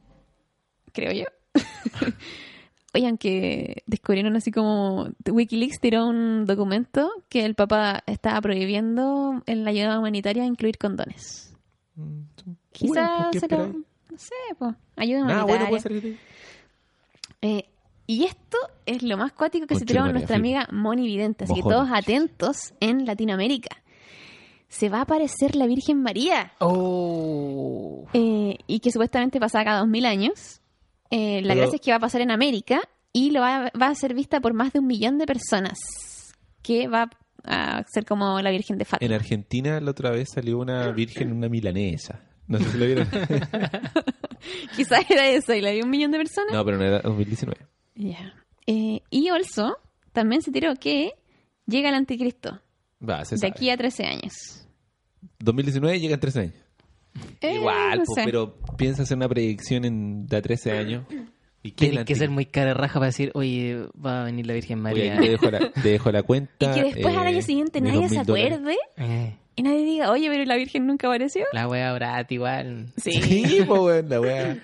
[SPEAKER 2] Creo yo. Oigan, que descubrieron así como Wikileaks tiró un documento que el Papa estaba prohibiendo en la ayuda humanitaria incluir condones. Quizás
[SPEAKER 1] ¿por qué
[SPEAKER 2] será,
[SPEAKER 1] esperáis?
[SPEAKER 2] no sé, po, ayuda
[SPEAKER 1] Nada
[SPEAKER 2] humanitaria.
[SPEAKER 1] bueno puede ser. de-
[SPEAKER 2] Eh, y esto es lo más cuático que se
[SPEAKER 1] Conchetumare,
[SPEAKER 2] tiró nuestra
[SPEAKER 1] afirmo.
[SPEAKER 2] amiga Moni Vidente, así que
[SPEAKER 1] Mojona.
[SPEAKER 2] todos atentos en Latinoamérica. Se va a aparecer la Virgen María.
[SPEAKER 3] Oh.
[SPEAKER 2] Eh, y que supuestamente pasaba cada 2000 años. Eh, la
[SPEAKER 1] Pero-
[SPEAKER 2] gracia es que va a pasar en América y lo va, va a ser vista por más de un millón de personas, que va a ser como la Virgen de
[SPEAKER 1] En
[SPEAKER 2] Fátima.
[SPEAKER 1] Argentina la otra vez salió una virgen, una milanesa. No sé si lo vieron.
[SPEAKER 2] Quizás era eso y la vi un millón de personas.
[SPEAKER 1] No, pero no era 2019.
[SPEAKER 2] Ya. Eh, y also, también se tiró que llega el anticristo
[SPEAKER 1] Va, se
[SPEAKER 2] de
[SPEAKER 1] sabe.
[SPEAKER 2] aquí a 13 años.
[SPEAKER 1] 2019 llega en 13 años.
[SPEAKER 2] Eh,
[SPEAKER 1] Igual,
[SPEAKER 2] no
[SPEAKER 1] po,
[SPEAKER 2] sé.
[SPEAKER 1] pero piensa hacer una predicción en, de a 13 años. ¿Y qué
[SPEAKER 3] Tienen que ser muy cara raja para decir, oye, va a venir la Virgen María.
[SPEAKER 1] te, dejo la, te dejo la
[SPEAKER 2] Y
[SPEAKER 1] cuenta.
[SPEAKER 2] que después al
[SPEAKER 1] eh,
[SPEAKER 2] año siguiente
[SPEAKER 1] mis
[SPEAKER 2] nadie
[SPEAKER 1] 2.000
[SPEAKER 2] se
[SPEAKER 1] dólares.
[SPEAKER 2] acuerde
[SPEAKER 3] Eh,
[SPEAKER 2] y nadie diga, oye, pero la Virgen nunca apareció.
[SPEAKER 3] la wea brata igual.
[SPEAKER 1] Sí, po, weón, la weá.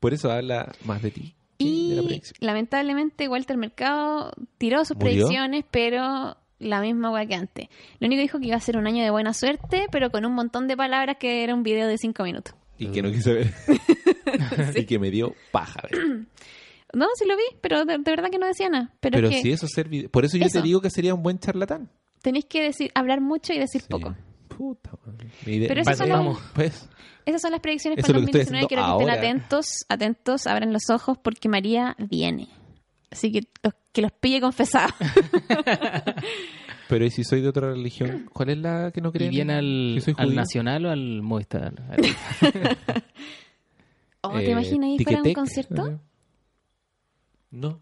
[SPEAKER 1] Por eso habla más de ti. que de la
[SPEAKER 2] Y
[SPEAKER 1] predicción.
[SPEAKER 2] lamentablemente Walter Mercado tiró sus
[SPEAKER 1] ¿Murió?
[SPEAKER 2] predicciones, pero la misma hueá que antes. Lo único que dijo que iba a ser un año de buena suerte, pero con un montón de palabras que era un video de cinco minutos.
[SPEAKER 1] Y que no quise ver. Y que me dio paja. ver.
[SPEAKER 2] No, sí lo vi, pero de, de verdad que no decía nada. Pero,
[SPEAKER 1] Pero
[SPEAKER 2] es que
[SPEAKER 1] si eso ser vide- Por eso yo
[SPEAKER 2] Eso.
[SPEAKER 1] te digo que sería un buen charlatán.
[SPEAKER 2] tenéis que decir, hablar mucho y decir
[SPEAKER 1] Sí.
[SPEAKER 2] poco.
[SPEAKER 1] Puta madre. Mi idea-
[SPEAKER 2] Pero esas son
[SPEAKER 1] Vale,
[SPEAKER 2] las-
[SPEAKER 1] vamos. Pues,
[SPEAKER 2] Esas son las predicciones
[SPEAKER 1] Eso
[SPEAKER 2] para el
[SPEAKER 1] es lo que estoy
[SPEAKER 2] 2019. Quiero que
[SPEAKER 1] haciendo
[SPEAKER 2] estén
[SPEAKER 1] ahora.
[SPEAKER 2] atentos, atentos, abran los ojos porque María viene. Así que los- que los pille confesados.
[SPEAKER 1] pero ¿y si soy de otra religión? ¿Cuál es la que no creen?
[SPEAKER 3] ¿Y bien al,
[SPEAKER 1] ¿Que soy
[SPEAKER 3] al
[SPEAKER 1] judío?
[SPEAKER 3] Nacional o al Movistar?
[SPEAKER 2] Oh, ¿Te
[SPEAKER 1] Eh,
[SPEAKER 2] imaginas ahí fuera un
[SPEAKER 1] Ticketek,
[SPEAKER 2] concierto?
[SPEAKER 1] Eh, No.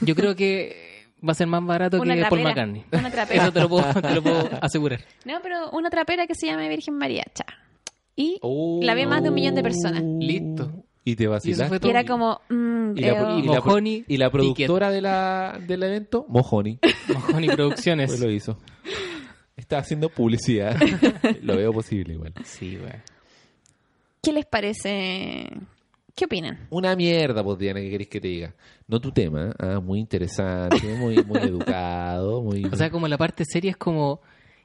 [SPEAKER 3] Yo creo que va a ser más barato
[SPEAKER 2] Una
[SPEAKER 3] que Paul
[SPEAKER 2] trapera.
[SPEAKER 3] McCartney.
[SPEAKER 2] Una trapera.
[SPEAKER 3] Eso te lo puedo, te lo puedo asegurar.
[SPEAKER 2] No, pero una trapera que se llama Virgen María, cha. Y
[SPEAKER 1] Oh.
[SPEAKER 2] la ve más de un millón de personas.
[SPEAKER 3] Listo.
[SPEAKER 1] Y te
[SPEAKER 3] Y eso fue
[SPEAKER 1] vacilaste.
[SPEAKER 3] todo.
[SPEAKER 2] Que era como... mm,
[SPEAKER 1] Y la,
[SPEAKER 2] veo-
[SPEAKER 1] pro- y la-
[SPEAKER 3] Mojoni,
[SPEAKER 1] y la
[SPEAKER 3] Piquet.
[SPEAKER 1] productora de la, del evento, Mojoni,
[SPEAKER 3] Mojón y Producciones.
[SPEAKER 1] pues lo hizo. Está haciendo publicidad. lo veo posible igual.
[SPEAKER 3] Sí, güey.
[SPEAKER 2] ¿Qué les parece? ¿Qué opinan?
[SPEAKER 1] Una mierda, pues Diana, ¿qué querés que te diga? No tu tema, ¿eh? ah, muy interesante, muy, muy educado, muy...
[SPEAKER 3] O sea, como la parte seria es como...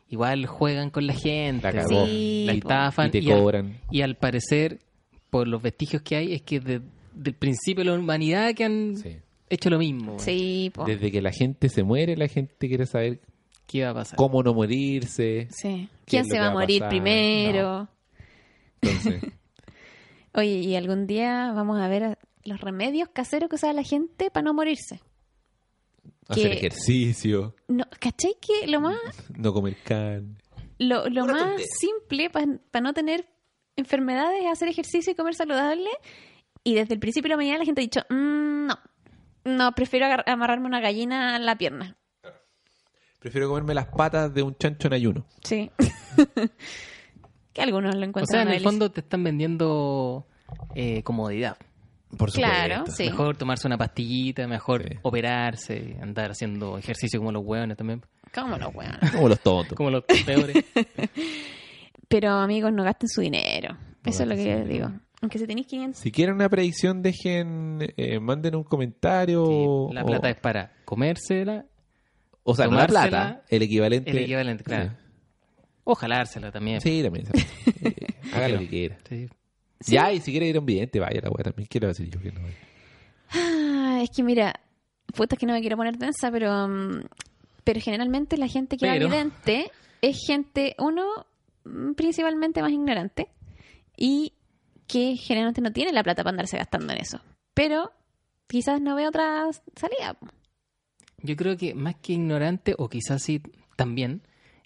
[SPEAKER 3] Igual juegan con la gente.
[SPEAKER 1] La
[SPEAKER 3] güey.
[SPEAKER 1] cagó.
[SPEAKER 2] Sí,
[SPEAKER 3] La
[SPEAKER 2] po.
[SPEAKER 3] estafan.
[SPEAKER 1] y te
[SPEAKER 3] al-
[SPEAKER 1] cobran.
[SPEAKER 3] Y al parecer, por los vestigios que hay, es que desde el principio de la humanidad que han
[SPEAKER 1] Sí.
[SPEAKER 3] hecho lo mismo. güey.
[SPEAKER 2] Sí, po.
[SPEAKER 1] Desde que la gente se muere, la gente quiere saber
[SPEAKER 3] ¿Qué iba a pasar?
[SPEAKER 1] cómo no morirse.
[SPEAKER 2] Sí.
[SPEAKER 1] ¿Qué
[SPEAKER 2] ¿Quién
[SPEAKER 1] es lo
[SPEAKER 2] se
[SPEAKER 1] que
[SPEAKER 2] va a
[SPEAKER 1] va a
[SPEAKER 2] morir
[SPEAKER 1] pasar?
[SPEAKER 2] primero?
[SPEAKER 1] Entonces,
[SPEAKER 2] Oye, y algún día vamos a ver los remedios caseros que usa la gente para no morirse.
[SPEAKER 1] hacer
[SPEAKER 2] Que-
[SPEAKER 1] ejercicio,
[SPEAKER 2] No, ¿Cachai que lo más,
[SPEAKER 1] no comer carne.
[SPEAKER 2] lo, lo más simple para no tener enfermedades, hacer ejercicio y comer saludable. Y desde el principio de la mañana la gente ha dicho, "Mm, no, no, prefiero agar- amarrarme una gallina en la pierna.
[SPEAKER 1] Prefiero comerme las patas de un chancho en ayuno.
[SPEAKER 2] Sí. que algunos lo
[SPEAKER 3] O
[SPEAKER 2] encuentran.
[SPEAKER 3] sea, en el
[SPEAKER 2] delicioso.
[SPEAKER 3] fondo te están vendiendo eh, comodidad.
[SPEAKER 1] Por supuesto.
[SPEAKER 2] Claro, sí.
[SPEAKER 3] Mejor tomarse una pastillita, mejor
[SPEAKER 1] Sí.
[SPEAKER 3] operarse, andar haciendo ejercicio como los hueones también,
[SPEAKER 2] ¿Cómo no, weón?
[SPEAKER 1] Como los tontos.
[SPEAKER 3] como los peores.
[SPEAKER 2] Pero amigos, no gasten su dinero. Eso es lo
[SPEAKER 1] gasten
[SPEAKER 2] que
[SPEAKER 1] su
[SPEAKER 2] yo
[SPEAKER 1] dinero.
[SPEAKER 2] digo. Aunque si tenéis 500.
[SPEAKER 1] Si quieren una predicción, dejen, eh, manden un comentario. o-
[SPEAKER 3] Sí, la plata es para comérsela,
[SPEAKER 1] O sea, no la
[SPEAKER 3] tomársela,
[SPEAKER 1] plata, el equivalente.
[SPEAKER 3] el equivalente, claro. O jalársela también.
[SPEAKER 1] Sí, también. Eh, haga lo que quiera.
[SPEAKER 3] Sí.
[SPEAKER 1] Ya, y si quiere ir a un vidente, vaya la weá también. Quiero decir yo que no. vaya.
[SPEAKER 2] Ah, es que mira, puta es que no me quiero poner densa, pero, mm, pero generalmente la gente que
[SPEAKER 3] Pero.
[SPEAKER 2] va evidente es gente, uno, mm, principalmente más ignorante y que generalmente no tiene la plata para andarse gastando en eso. Pero quizás no ve otra salida. po.
[SPEAKER 3] Yo creo que más que ignorante, o quizás sí también,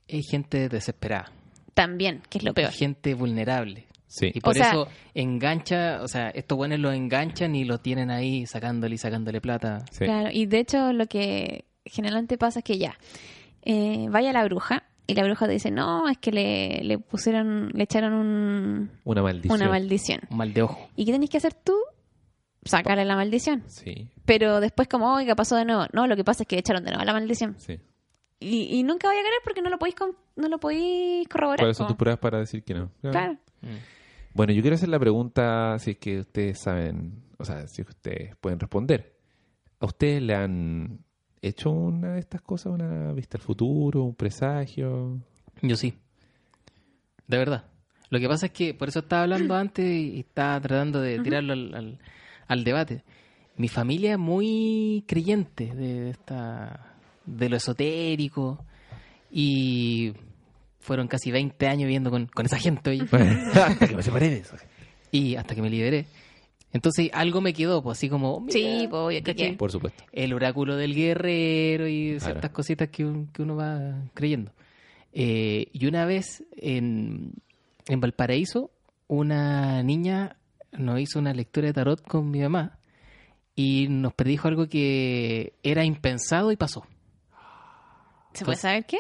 [SPEAKER 3] es gente desesperada.
[SPEAKER 2] También, que es lo peor.
[SPEAKER 3] Gente vulnerable.
[SPEAKER 1] Sí.
[SPEAKER 3] Y por
[SPEAKER 2] sea-
[SPEAKER 3] eso engancha, o sea, estos buenos los enganchan y lo tienen ahí sacándole y sacándole plata.
[SPEAKER 1] Sí.
[SPEAKER 2] Claro, y de hecho lo que generalmente pasa es que ya, eh, vaya la bruja y la bruja te dice, no, es que le, le pusieron, le echaron un-
[SPEAKER 1] Una maldición.
[SPEAKER 2] una maldición.
[SPEAKER 3] Un mal de ojo.
[SPEAKER 2] ¿Y qué tenés que hacer tú? Sacarle la maldición.
[SPEAKER 1] Sí,
[SPEAKER 2] Pero después como, oiga, pasó de nuevo. No, lo que pasa es que echaron de nuevo la maldición.
[SPEAKER 1] sí.
[SPEAKER 2] Y, y nunca voy a ganar porque no lo podéis, con- no lo podéis corroborar.
[SPEAKER 1] ¿Cuáles son
[SPEAKER 2] como-
[SPEAKER 1] tus pruebas para decir que no?
[SPEAKER 2] Claro. Mm.
[SPEAKER 1] Bueno, yo quiero hacer la pregunta, si es que ustedes saben, o sea, si es que ustedes pueden responder. ¿A ustedes le han hecho una de estas cosas, una vista al futuro, un presagio?
[SPEAKER 3] Yo sí. De verdad. Lo que pasa es que, por eso estaba hablando antes y estaba tratando de tirarlo al, al- al debate. Mi familia es muy creyente de, esta, de lo esotérico y fueron casi 20 años viviendo con, con esa gente. oye.
[SPEAKER 1] Hasta que me separé de eso.
[SPEAKER 3] y hasta que me liberé. Entonces algo me quedó, pues así como... mira,
[SPEAKER 2] Sí, pues, obvio, ¿qué
[SPEAKER 3] ¿cachai?
[SPEAKER 2] qué?
[SPEAKER 1] Por supuesto.
[SPEAKER 3] El oráculo del guerrero y ciertas
[SPEAKER 1] Claro.
[SPEAKER 3] cositas que, un- que uno va creyendo. Eh, y una vez en, en Valparaíso, una niña nos hizo una lectura de tarot con mi mamá y nos predijo algo que era impensado y pasó.
[SPEAKER 2] ¿Se puede saber qué?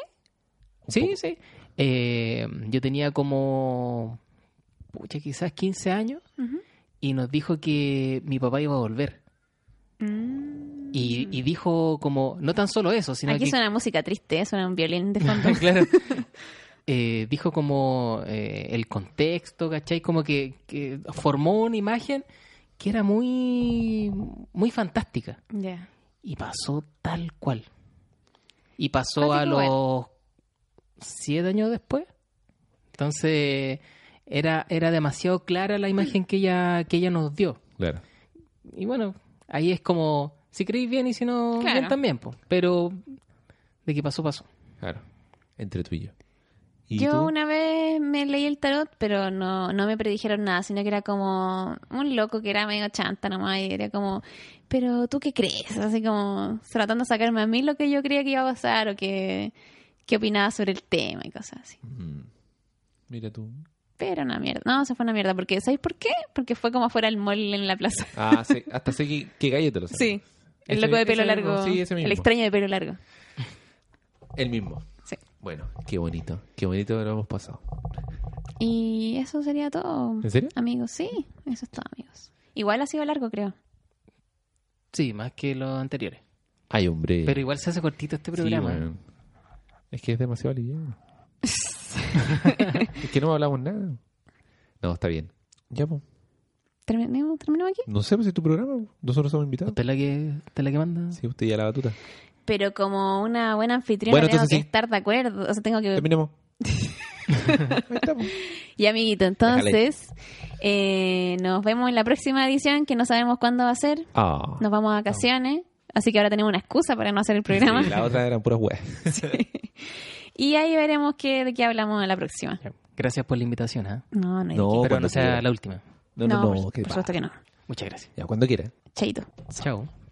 [SPEAKER 3] Sí, sí. Eh, yo tenía como, pucha, quizás 15 años
[SPEAKER 2] Ujú.
[SPEAKER 3] y nos dijo que mi papá iba a volver.
[SPEAKER 2] Mm.
[SPEAKER 3] Y, y dijo como, no tan solo eso, sino
[SPEAKER 2] Aquí
[SPEAKER 3] que
[SPEAKER 2] suena música triste, ¿eh? suena un violín de fondo.
[SPEAKER 3] claro, eh, dijo como eh, el contexto, ¿cachai? Como que, que formó una imagen que era muy, muy fantástica.
[SPEAKER 2] ya.
[SPEAKER 3] Y pasó tal cual. Y pasó
[SPEAKER 2] Así
[SPEAKER 3] a
[SPEAKER 2] que
[SPEAKER 3] los siete años después. Entonces, era, era demasiado clara la imagen que ella, que ella nos dio.
[SPEAKER 1] Claro.
[SPEAKER 3] Y bueno, ahí es como, si creéis bien y si no,
[SPEAKER 2] Claro.
[SPEAKER 3] bien también. po. Pero, de qué pasó, pasó.
[SPEAKER 1] Claro. Entre tú y yo. ¿Y
[SPEAKER 2] Yo
[SPEAKER 1] tú?
[SPEAKER 2] una vez me leí el tarot, pero no, no me predijeron nada, sino que era como un loco que era medio chanta nomás y era como, pero ¿tú qué crees? Así como tratando de sacarme a mí lo que yo creía que iba a pasar o que, qué opinaba sobre el tema y cosas así.
[SPEAKER 1] Mm. Mira tú.
[SPEAKER 2] Pero una mierda. No, se fue una mierda, porque ¿sabéis por qué? Porque fue como fuera el mall en la plaza.
[SPEAKER 1] Ah, sé- hasta sé que, que gallo te lo sabe.
[SPEAKER 2] Sí. El
[SPEAKER 1] Ese-
[SPEAKER 2] loco de pelo
[SPEAKER 1] ese mismo,
[SPEAKER 2] largo.
[SPEAKER 1] sí, ese
[SPEAKER 2] El
[SPEAKER 1] mismo.
[SPEAKER 2] extraño de pelo largo.
[SPEAKER 1] El mismo.
[SPEAKER 2] Sí.
[SPEAKER 1] Bueno, qué bonito. Qué bonito lo hemos pasado.
[SPEAKER 2] Y eso sería todo.
[SPEAKER 1] ¿En serio?
[SPEAKER 2] Amigos, sí. Eso es todo, amigos. Igual ha sido largo, creo.
[SPEAKER 3] Sí, más que los anteriores.
[SPEAKER 1] Ay, hombre.
[SPEAKER 3] Pero igual se hace cortito este
[SPEAKER 1] Sí,
[SPEAKER 3] programa.
[SPEAKER 1] weón. Es que es demasiado liviano. es que no hablamos nada. No, está bien. Ya, po.
[SPEAKER 2] ¿Terminemos, terminemos aquí?
[SPEAKER 1] No sé pues, si es tu programa. Nosotros somos invitados.
[SPEAKER 3] ¿Usted es la que, usted es la que manda?
[SPEAKER 1] Sí, usted ya la batuta.
[SPEAKER 2] Pero como una buena anfitriona
[SPEAKER 1] Bueno,
[SPEAKER 2] tengo
[SPEAKER 1] entonces
[SPEAKER 2] que
[SPEAKER 1] sí.
[SPEAKER 2] estar de acuerdo. O sea, tengo que...
[SPEAKER 1] Terminemos. Ahí está, po.
[SPEAKER 2] Y amiguito, entonces eh, nos vemos en la próxima edición que no sabemos cuándo va a ser.
[SPEAKER 1] Ah.
[SPEAKER 2] Nos vamos a vacaciones. Así que ahora tenemos una excusa para no hacer el programa.
[SPEAKER 1] Sí, la otra eran puras weas.
[SPEAKER 2] Y ahí veremos qué, de qué hablamos en la próxima.
[SPEAKER 3] Gracias por la invitación, ¿ah?
[SPEAKER 2] No, no hay de
[SPEAKER 1] No,
[SPEAKER 3] Pero
[SPEAKER 1] Oh, cuando
[SPEAKER 3] no sea
[SPEAKER 1] quiera.
[SPEAKER 3] la última.
[SPEAKER 2] qué.
[SPEAKER 1] No, no, no.
[SPEAKER 2] por,
[SPEAKER 1] qué
[SPEAKER 2] por supuesto
[SPEAKER 1] paja.
[SPEAKER 2] que no.
[SPEAKER 3] Muchas gracias.
[SPEAKER 1] Ya, cuando quiera.
[SPEAKER 2] Chaito.
[SPEAKER 3] Chao.